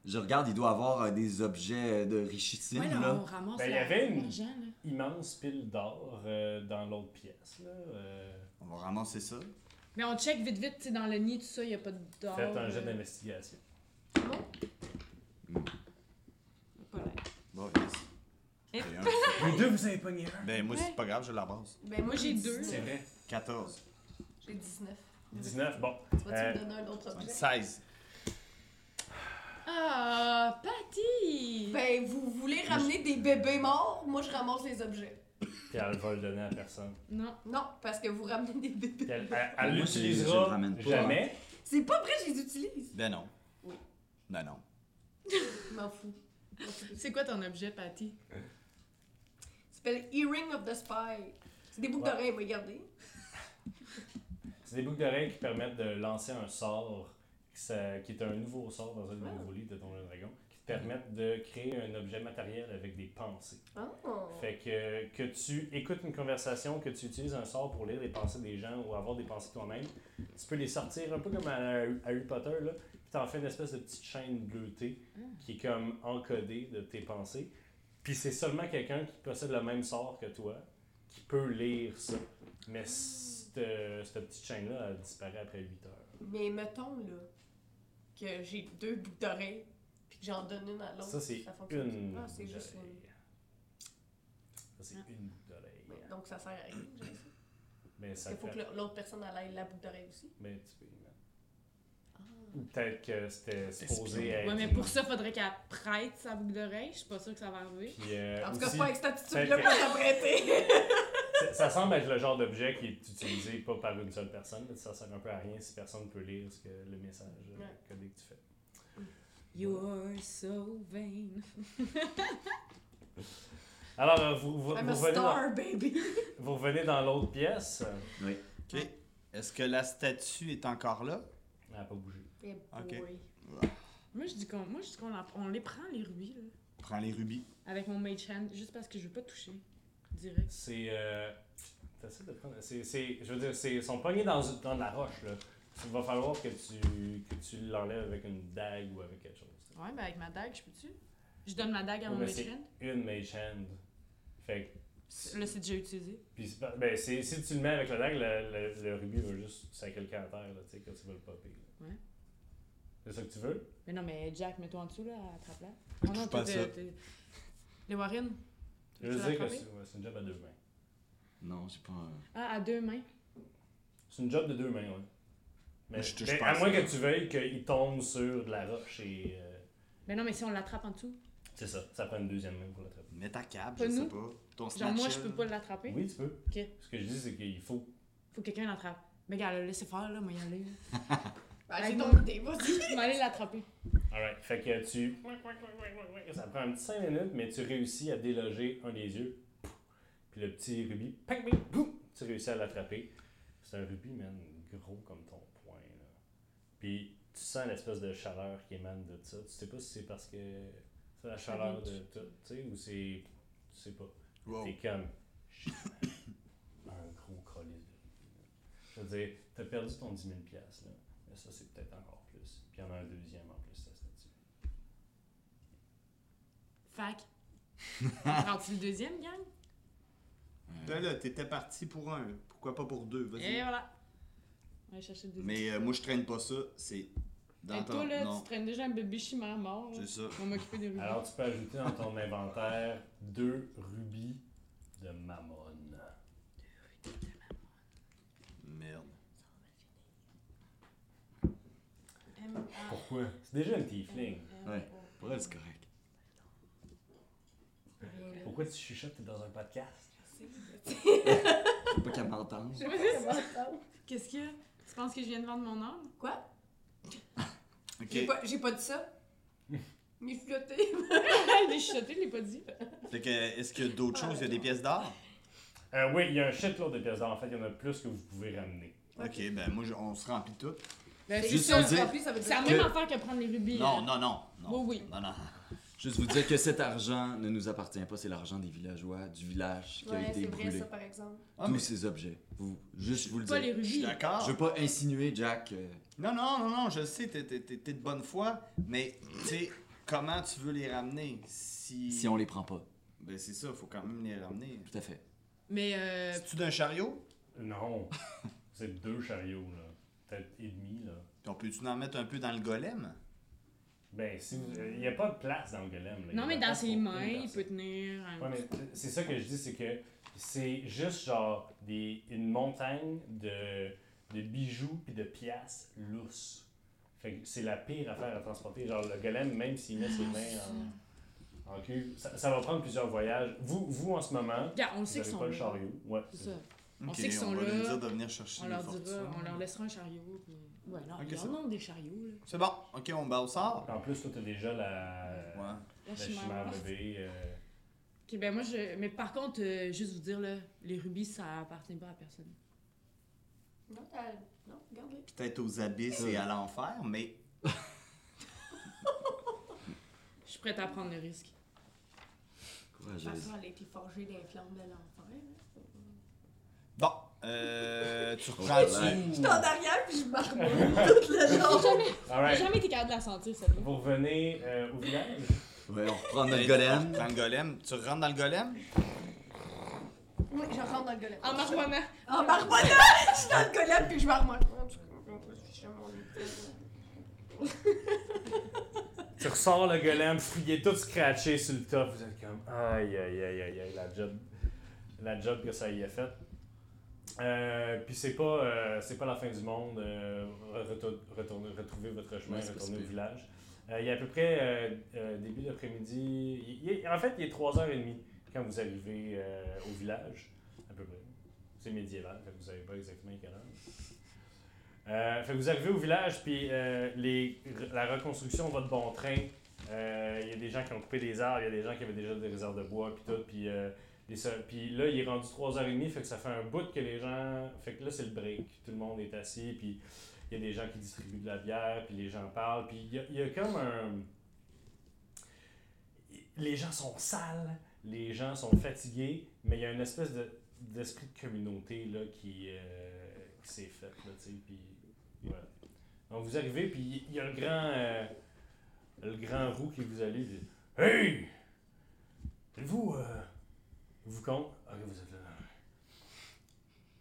S6: je regarde, il doit avoir euh, des objets de richissimes,
S5: Ouais, là,
S6: là.
S5: on ramasse
S2: Ben, il y
S5: la-
S2: avait une-
S5: l'argent, là.
S2: Immense pile d'or euh, dans l'autre pièce. Là. euh,
S1: On va ramasser ça.
S5: Mais on check vite, vite, tu sais, dans le nid, tout ça, il n'y a pas d'or.
S2: faites un
S5: euh,
S2: jet d'investigation.
S5: pas l'air.
S1: Bon, yes.
S5: Et-
S1: Et un.
S5: *laughs*
S2: Les deux, vous avez pogné
S1: Ben, moi,
S5: Ouais.
S1: c'est pas grave, je l'embrasse.
S3: Ben, moi, j'ai
S5: Moi, j'ai
S3: 2.
S5: dix.
S2: C'est vrai.
S1: 14.
S3: J'ai 19.
S2: 19, bon.
S3: Tu vas-tu
S2: Euh,
S3: me donner un autre objet?
S1: 16.
S5: Ah, Patty!
S3: Ben, vous voulez ramener des bébés morts? Moi, je ramasse les objets.
S2: Puis elle va le donner à personne.
S5: Non.
S3: Non, parce que vous ramenez des
S2: Puis
S3: bébés.
S2: elle elle- elle
S6: Moi, je- je le
S2: l'utilisera
S6: ramène pas,
S2: jamais.
S3: C'est pas vrai, je les utilise.
S1: Ben non.
S3: Oui.
S1: Ben non.
S3: Je m'en fous. Je m'en fous.
S5: C'est quoi ton objet, Patty?
S3: Ça s'appelle Earring of the Spy. C'est des boucles
S2: Ouais.
S3: d'oreilles, regardez.
S2: C'est des boucles d'oreilles qui permettent de lancer un sort, qui ça- qui est un nouveau sort dans un
S3: Ah.
S2: nouveau livre de Donjon et Dragon, qui te permettent de créer un objet matériel avec des pensées.
S3: Oh.
S2: Fait que, que tu écoutes une conversation, que tu utilises un sort pour lire les pensées des gens ou avoir des pensées toi-même, tu peux les sortir un peu comme à Harry- Harry Potter, là, puis t'en fais une espèce de petite chaîne bleutée
S3: Mm.
S2: qui est comme encodée de tes pensées. Puis c'est seulement quelqu'un qui possède le même sort que toi qui peut lire ça.
S3: Ah.
S2: Mais cette, cette petite chaîne-là, elle disparaît après 8 heures.
S3: Mais mettons, là, que j'ai deux boucles d'oreilles, puis que j'en donne une à l'autre.
S2: Ça, c'est
S3: Ah fonctionne.
S2: une.
S3: Ah, c'est
S2: boucle
S3: juste
S2: d'oreille.
S3: une.
S2: Ça, c'est
S5: Ah.
S2: une boucle d'oreille.
S3: Ouais, Donc, ça sert à rien. j'ai ça.
S2: Mais ça
S3: Il faut
S2: fait-
S3: que l'autre personne elle ait la boucle d'oreille aussi.
S2: Mais tu peux y mettre. Ou peut-être que c'était supposé être.
S5: Ouais, mais
S2: une-
S5: pour ça, faudrait qu'elle prête sa boucle d'oreille. Je suis pas sûre que ça va arriver.
S2: Puis, euh,
S3: En tout cas,
S2: aussi,
S3: c'est pas avec cette attitude-là
S2: Fait
S3: qu'on t'a prêté.
S2: *laughs* ça- ça semble être le genre d'objet qui est utilisé pas par une seule personne. mais Ça sert un peu à rien si personne peut lire ce que, le message euh,
S3: Ouais.
S2: codé que tu fais.
S5: You're so vain.
S2: Alors, euh, vous, vous,
S3: I'm
S2: vous
S3: a
S2: revenez dans,
S3: star, baby.
S2: vous revenez dans l'autre pièce. euh,
S1: OK. Est-ce que la statue est encore là?
S2: Elle n'a pas bougé.
S3: Eh
S1: Ok.
S3: boy.
S5: Moi, je dis qu'on moi, je dis qu'on en- on les prend, les rubis, là.
S1: Prends les rubis.
S5: Avec mon mage hand, juste parce que je veux pas toucher. Direct.
S2: C'est. Euh, t'essaies de prendre. c'est- c'est- je veux dire, c'est- ils sont pognés dans, dans de la roche, là. Il va falloir que tu, que tu l'enlèves avec une dague ou avec quelque chose.
S5: Ouais, ben avec ma dague, je peux-tu? Je donne ma dague à mon
S2: Ouais, mais
S5: mage
S2: c'est
S5: hand.
S2: une mage hand. Fait que.
S5: Là, c'est déjà utilisé.
S2: Puis, c'est pas- ben, c'est- si tu le mets avec la dague, le, le- le rubis va juste sacrer le camp à terre, là, tu sais, quand tu veux le popper. là.
S5: Ouais.
S2: C'est ça que tu veux?
S5: Mais non, mais Jack, mets-toi en dessous, là, attrape-la. Oh
S1: Je touche pas à ça.
S5: Les Warren.
S2: Je veux dire que c'est ouais, c'est une job à deux mains.
S6: Non, j'ai pas. euh,
S5: Ah, à deux mains.
S2: C'est une job de deux mains, ouais. Mais,
S1: Je touche
S2: mais
S1: pas à
S2: à
S1: ça.
S2: moins que tu veuilles qu'il tombe sur de la roche et. euh,
S5: Mais non, mais si on l'attrape en dessous.
S2: c'est ça, ça prend une deuxième main pour l'attraper.
S1: Mets ta cape,
S5: Pas
S1: je sais
S5: nous.
S1: pas. Ton
S5: Genre, moi, je
S1: snatcher.
S5: peux pas l'attraper.
S2: Oui, tu peux.
S5: Ok.
S2: Ce que je dis, c'est qu'il faut.
S5: Faut que quelqu'un l'attrape. Mais gars, laissez faire, là, moi, y aller.
S3: Ben, j'ai
S5: Hey,
S3: ton
S5: *laughs* moi.
S3: idée, vas-y.
S5: Je vais aller l'attraper.
S2: Alright, fait que tu. Ça prend un petit 5 minutes, mais tu réussis à déloger un des yeux. Puis le petit rubis, ping, ping, boum, tu réussis à l'attraper. C'est un rubis, man, gros comme ton poing. Là. Puis tu sens l'espèce de chaleur qui émane de ça. Tu sais pas si c'est parce que c'est la chaleur de tout, tu sais, ou c'est. tu sais pas.
S1: Wow.
S2: T'es comme. *coughs* shit, man. un gros colis de. Je veux dire, t'as perdu ton 10 000 piastres, là. Mais ça, c'est peut-être encore plus. Puis il y en a un deuxième en plus, ça, statue.
S1: *laughs*
S5: Fac. Prends-tu le deuxième, gang?
S1: Là, là, t'étais parti pour un. Pourquoi pas pour deux? Vas-y.
S5: Et voilà. On va chercher le deuxième.
S1: Mais euh, moi, je traîne pas ça. C'est dans
S5: Et toi,
S1: ton-
S5: là,
S1: Non,
S5: tu traînes déjà un bébé chimère mort. là.
S1: c'est ça.
S5: On m'occuper des
S2: Alors, tu peux ajouter dans ton inventaire deux rubis de mammon.
S1: Merde.
S2: Pourquoi C'est déjà un tiefling.
S6: Ouais. Pour elle, c'est correct.
S2: Pourquoi tu chuchotes T'es dans un podcast
S6: Faut pas qu'elle m'entende.
S5: Qu'est-ce qu'il y a? Tu penses que je viens de vendre mon *laughs* âme?
S1: Ok.
S3: J'ai pas, j'ai pas
S2: *laughs*
S3: dit ça. Mais flotté.
S5: Elle est chuchotée, je l'ai pas dit.
S1: Fait que, est-ce qu'il y a
S5: Ah,
S1: d'autres choses? Il y a des pièces d'or?
S2: euh, Oui, il y a un shitload de pièces d'or. En fait, il y en a plus que vous pouvez ramener.
S1: Ok, ben moi, je- on se remplit tout.
S6: Juste vous dire-
S3: ça veut
S5: Ben, C'est la
S3: dire.
S5: même affaire que prendre les rubis.
S1: Non,
S5: euh.
S1: non, non. non.
S5: Oui, oui.
S1: Non, non.
S6: Juste vous dire que cet argent ne nous appartient pas, c'est l'argent des villageois du village qui a
S7: Ouais,
S6: été
S7: c'est vrai,
S6: brûlé.
S7: ça, par exemple.
S1: Ah,
S6: Tous
S1: mais-
S6: ces objets. Vous, juste vous le
S5: Pas les
S6: dire.
S1: Je suis
S5: rubis.
S1: d'accord.
S6: Je veux pas insinuer, Jack. euh,
S1: Non, non, non, non, je le sais, t'es, t'es- t'es- t'es de bonne foi, mais tu sais, comment tu veux les ramener si.
S6: si on les prend pas.
S1: Ben c'est ça, faut quand même les ramener.
S6: Tout à fait.
S5: Mais euh,
S1: C'est-tu d'un chariot?
S2: Non. *laughs* c'est deux chariots, là. Peut-être et demi, là.
S1: Puis on peut-tu en mettre un peu dans le golem?
S2: Ben, si vous- euh, il n'y a pas de place dans le golem. Là. Il y a
S5: non, mais
S2: de
S5: dans
S2: place
S5: ses
S2: pour
S5: mains,
S2: une
S5: il
S2: personne.
S5: peut tenir. un-
S2: Ouais, mais c'est ça que je dis, c'est que c'est juste genre des, une montagne de, de bijoux puis de pièces lousses. Fait que c'est la pire affaire à transporter. Genre le golem, même s'il met
S5: Ah,
S2: ses mains en, en cul, ça, ça va prendre plusieurs voyages. Vous, vous en ce moment,
S5: Regarde, on le
S2: vous
S5: sait qu'ils
S2: n'avez
S5: sont
S2: pas le
S5: là.
S2: chariot. Ouais.
S5: C'est ça. On
S1: Ok,
S5: sait qu'ils sont
S1: va
S5: là.
S1: leur dire de venir chercher
S5: On
S1: les
S5: leur dira,
S1: fortunes.
S5: on leur laissera un chariot. Puis... Ouais, non,
S1: Ok,
S5: ils
S1: ça
S5: en ont des chariots, là.
S1: C'est bon, ok, on bat au sort.
S2: En plus, toi, t'as déjà la,
S1: Ouais.
S5: La
S2: la
S5: chimère.
S2: chimère bébé. euh,
S5: Ok, ben moi, je... Mais par contre, euh, juste vous dire, là, les rubis, ça appartient pas à personne.
S7: Non,
S3: euh,
S7: t'as... Non, regarde-le.
S1: Peut-être aux abysses et à l'enfer, mais.
S5: Je suis prête à prendre le risque.
S3: De toute
S6: Courageuse.
S3: façon, elle a été forgée d'un flammes de l'enfer. hein.
S1: Bon, euh, tu reprends-tu?
S3: Je suis en arrière puis je barbouille *laughs* tout le long.
S2: All
S5: J'ai
S2: right.
S5: jamais été capable de la sentir, celle-là.
S2: Vous revenez euh, au village.
S6: Ah, Ouais, on reprend notre
S1: Hey,
S6: golem.
S1: tu reprends le golem. Tu rentres dans le golem?
S3: Oui, je rentre dans le golem.
S5: En marmonnant.
S3: En marmonnant! *laughs* Je suis dans le golem puis je marmonne.
S2: Tu ressors le golem, pff, il est tout scratché sur le top. Vous êtes comme aïe aïe aïe aïe aïe la job, la job que ça y a faite. Euh, Puis c'est pas euh, c'est pas la fin du monde. euh, retour- retournez- retrouvez votre chemin,
S6: Ouais, c'est pas
S2: retournez au
S6: super.
S2: village. Euh, il est à peu près euh, euh, début d'après-midi. il- il est- En fait, il est 3h30 quand vous arrivez euh, au village. À peu près. C'est médiéval, fait que vous savez pas exactement quelle heure. Euh, fait que vous arrivez au village, puis euh, les- la reconstruction va de bon train. Euh, Il y a des gens qui ont coupé des arbres, il y a des gens qui avaient déjà des réserves de bois, puis tout. Puis euh, les so- puis là, il est rendu 3h30, fait que ça fait un bout que les gens. Fait que là, c'est le break. Tout le monde est assis, puis il y a des gens qui distribuent de la bière, puis les gens parlent, puis il y a- il y, a comme un. Les gens sont sales, les gens sont fatigués, mais il y a une espèce de- d'esprit de communauté là, qui, euh, qui s'est fait. Là, tu sais, puis voilà. Donc vous arrivez, puis il y a le grand. euh, le grand roux qui vous allez dit Hey Vous. euh, vous compte Ok, vous êtes là.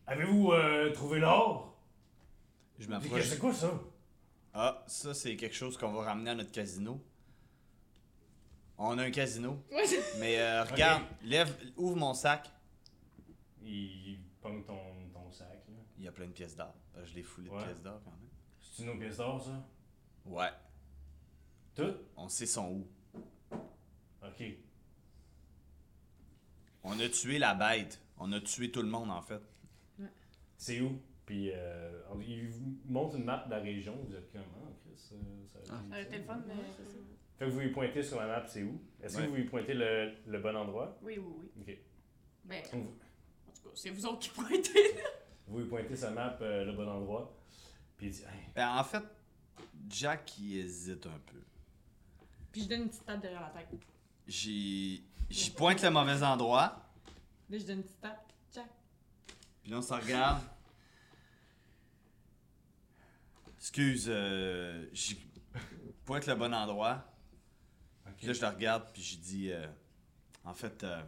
S2: Avez-vous euh, trouvé l'or
S1: Je
S2: Puis que-
S1: m'approche.
S2: C'est quoi ça
S1: Ah, ça, c'est quelque chose qu'on va ramener à notre casino. On a un casino.
S5: Ouais, c'est-
S1: Mais euh, regarde, lève, ouvre mon sac.
S2: Il pogne ton, ton sac. là.
S1: Il y a plein de pièces d'or. Euh, Je l'ai foulé de
S2: Ouais.
S1: pièces d'or quand même.
S2: C'est-tu nos pièces d'or, ça
S1: Ouais,
S2: Tout
S1: on sait son où.
S2: Ok.
S1: On a tué la bête. On a tué tout le monde en fait.
S2: C'est où Puis euh, il vous montre une map de la région. Vous êtes comme Ah, Chris, euh, ça.
S6: Ah.
S2: ça-
S3: Un téléphone, euh, mais c'est ça.
S2: Fait que vous lui pointez sur la map, c'est où Est-ce
S1: Ouais.
S2: que vous lui pointez le, le bon endroit
S3: Oui, oui, oui.
S2: Ok.
S3: Ben,
S2: Donc,
S3: en tout cas, c'est vous autres qui pointez.
S2: Vous lui pointez sa map, euh, le bon endroit. Puis il dit Hey,
S1: Ben, en fait, Jack il hésite un peu.
S5: Puis je donne une petite tape derrière la tête.
S1: J'y j'y pointe le mauvais endroit.
S5: Là, je donne une petite tape. Tchac.
S1: Puis là, on se regarde. Excuse, euh, j'y pointe le bon endroit. Puis là, je te regarde, puis je dis euh, En fait, euh,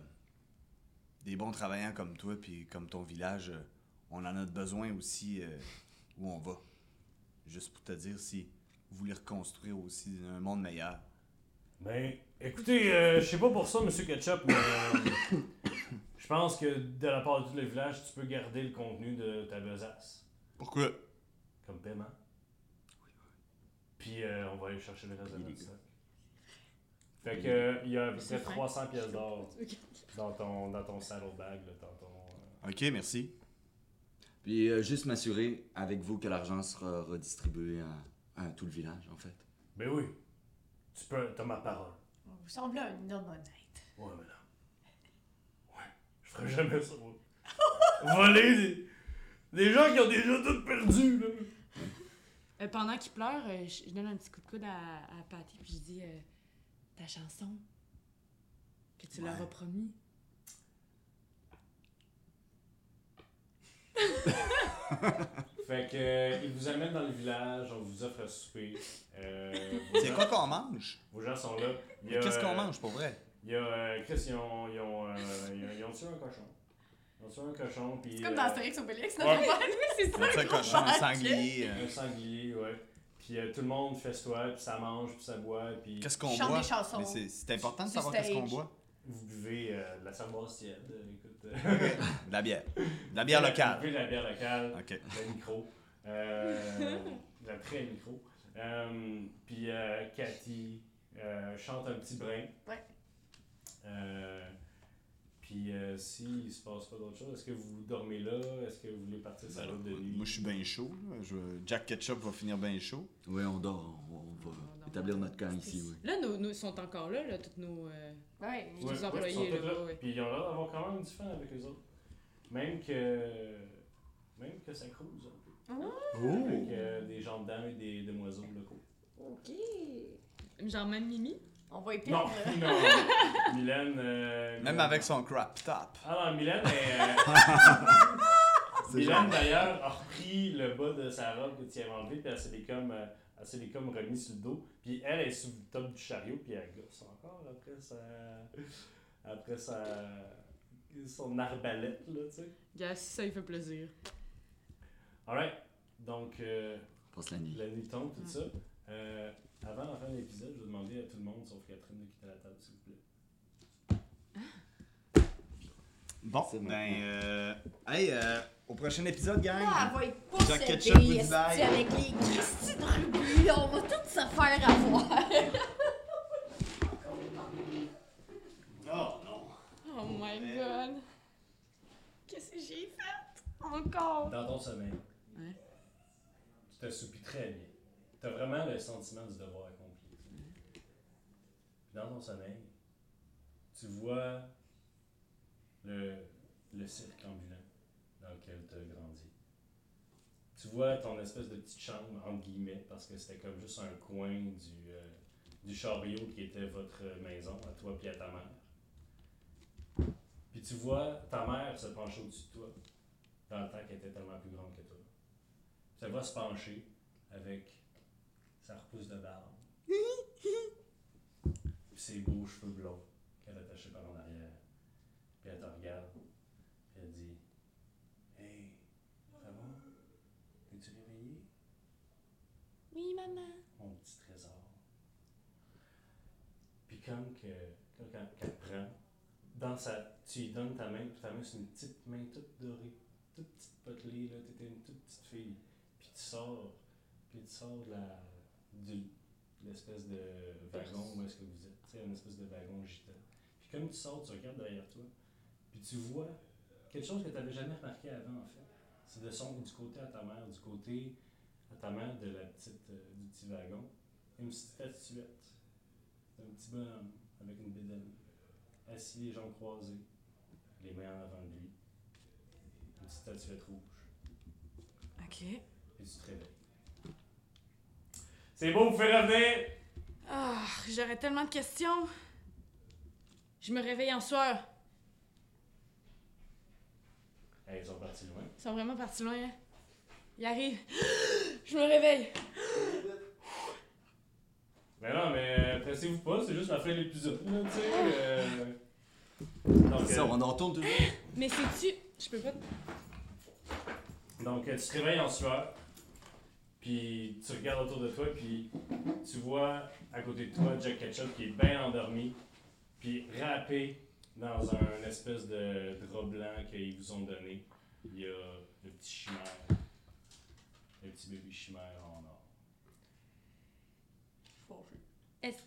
S1: des bons travailleurs comme toi, puis comme ton village, euh, on en a besoin aussi euh, où on va. Juste pour te dire si vous voulez reconstruire aussi un monde meilleur.
S2: Ben, écoutez, euh, je sais pas pour ça, Monsieur Ketchup, mais euh, *coughs* je pense que de la part de tout le village, tu peux garder le contenu de ta besace
S1: Pourquoi
S2: comme paiement. Puis euh, on va aller chercher le reste de
S6: Puis
S2: notre
S6: les-
S2: sac. Fait que euh, il y a à peu près
S5: C'est fin.
S2: 300 pièces d'or dans ton, dans ton saddlebag, là, dans ton... euh,
S1: Ok, merci.
S6: Puis euh, juste m'assurer avec vous que l'argent sera redistribué à, à tout le village, en fait.
S2: Ben oui, tu peux, t'as ma parole.
S3: Vous semblez un homme honnête.
S2: Ouais, madame. Ouais, je ferai jamais ça, moi. *laughs* Voler des, des gens qui ont déjà tout perdu, là.
S5: Euh, pendant qu'il pleure, euh, je, je donne un petit coup de coude à, à Patty, puis je dis euh, Ta chanson que tu leur as promis.
S2: Fait que, euh, il vous amène dans le village, on vous offre à souper. Euh, vos
S1: C'est
S2: gens-
S1: quoi qu'on mange
S2: Vos gens sont là. Il y a,
S1: Qu'est-ce
S2: euh,
S1: qu'on mange pour vrai
S2: Il y a, euh, Chris, ils ont, ils ont, euh, ils ont- ils ont tué un cochon. Ils ont tué un cochon, puis...
S3: C'est comme
S2: euh,
S3: dans Astérix Obélix, non?
S2: ouais.
S3: c'est
S1: On
S3: *laughs*
S1: fait un cochon, un sanglier. euh,
S2: Un sanglier, ouais. Puis euh, tout le monde festoie, puis ça mange, puis ça boit, puis
S1: Qu'est-ce qu'on
S3: Chante
S1: boit
S3: des chansons.
S1: Mais c'est- c'est important de
S3: Sur
S1: savoir qu'est-ce qu'on
S3: stage.
S1: boit.
S2: vous buvez euh, de la sambossienne, écoute. euh,
S1: De la bière. De la bière
S2: *laughs* Vous
S1: locale.
S2: buvez de la bière locale.
S1: Ok.
S2: le micro. Euh, la très micro. Euh, puis euh, Cathy euh, chante un petit brin.
S3: Ouais.
S2: Euh, puis euh, s'il se passe pas d'autre chose, est-ce que vous dormez là? Est-ce que vous voulez partir sur la route de nuit?
S1: Ben, Moi, je suis bien chaud. là. Je- Jack Ketchup va finir bien chaud.
S6: Oui, on dort, on, on va
S5: On dort.
S6: établir notre camp ici, oui.
S5: Là, nos, nos- sont encore là, là, toutes nos. euh,
S3: Ouais.
S5: tous les employés,
S2: ils sont
S5: là,
S2: tous là.
S5: ouais, ouais.
S2: Puis ils ont l'air d'avoir quand même du fun avec les autres. Même que, même que ça crouse un peu. Avec euh, des jambes d'âme et des demoiselles
S5: *laughs*
S2: locaux.
S7: Ok.
S5: Genre, même Mimi.
S3: On va épiler.
S2: Non, *laughs*
S3: euh,
S2: non. Mylène. euh,
S1: Même
S2: Mylène-
S1: avec son crap top.
S2: Alors, Mylène est. euh, Mylène, d'ailleurs, a repris le bas de sa robe que tu avais enlevé, puis elle s'est les comme, euh, elle s'est les comme remis sur le dos. Puis elle est sous le top du chariot, puis elle gosse encore après sa. Après sa. Son arbalète, là, tu sais.
S5: Gars, si ça lui fait plaisir.
S2: Alright. Donc, euh,
S6: On passe la nuit.
S2: la nuit tombe, tout ça. Euh, avant la fin de l'épisode, je vais demander à tout le monde, sauf Catherine, de quitter la table, s'il vous plaît.
S1: Bon,
S6: C'est bon.
S1: ben, euh, hey, euh, au prochain épisode, gang.
S3: Là, elle va être
S1: Jack Ketchup,
S3: possédée
S1: goodbye.
S3: esti, avec les Christy de rubis. là. On va toutes se faire avoir.
S1: Oh non.
S5: Oh my
S1: Ouais.
S5: god.
S3: Qu'est-ce que j'ai fait? Encore.
S2: Dans ton sommeil,
S5: Ouais.
S2: tu t'assoupis très bien. Tu as vraiment le sentiment du devoir accompli. Puis dans ton sommeil, tu vois le, le cirque ambulant dans lequel tu as grandi. Tu vois ton espèce de petite chambre, entre guillemets, parce que c'était comme juste un coin du, euh, du chariot qui était votre maison, à toi puis à ta mère. Puis tu vois ta mère se pencher au-dessus de toi dans le temps qu'elle était tellement plus grande que toi. Ça va se pencher avec sa repousse de barbe. Puis ses beaux cheveux blonds qu'elle attachait par en arrière. Puis elle te regarde. Puis elle dit Hey, ça va? Es-tu réveillé?
S5: Oui, maman.
S2: Mon petit trésor. Puis comme que, comme quand, qu'elle prend, dans sa, tu lui donnes ta main, puis ta main, c'est une petite main toute dorée, toute petite potelée, là, t'étais une toute petite fille. Puis tu sors, puis tu sors de la, du, de l'espèce de wagon où est-ce que vous êtes, tu sais, une espèce de wagon gitan. Puis comme tu sors, tu regardes derrière toi, puis tu vois quelque chose que tu n'avais jamais remarqué avant, en fait. C'est de son, du côté à ta mère, du côté à ta mère de la petite, euh, du petit wagon, une petite statuette d'un petit bonhomme avec une bédaine, assis les jambes croisées, les mains en avant de lui, une petite statuette rouge,
S5: Ok.
S2: et tu te réveilles. C'est beau, vous pouvez revenir!
S5: Ah, j'aurais tellement de questions. Je me réveille en sueur.
S2: Eh, ils sont partis loin.
S5: Ils sont vraiment partis loin. hein. Ils arrivent. *gasps* Je me réveille.
S2: Mais non, mais euh, pressez-vous pas, c'est juste la fin de l'épisode, là, tu sais. euh. Donc,
S6: Ça,
S2: euh,
S6: on en retourne toujours.
S5: Mais c'est-tu. Je peux pas.
S2: donc, euh, tu te réveilles en sueur, puis tu regardes autour de toi, puis tu vois à côté de toi Jack Ketchup qui est bien endormi, puis râpé dans un espèce de drap blanc qu'ils vous ont donné. Il y a le petit chimère, le petit bébé chimère en or.
S5: Est-ce-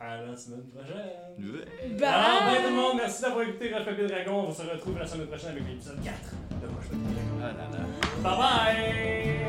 S2: À la semaine prochaine!
S5: Bye!
S2: Alors, bien tout le monde, merci d'avoir écouté Roche Papier Dragon. On se retrouve la semaine prochaine avec l'épisode 4 de Roche Papier Dragon.
S1: Ah là là.
S2: Bye bye!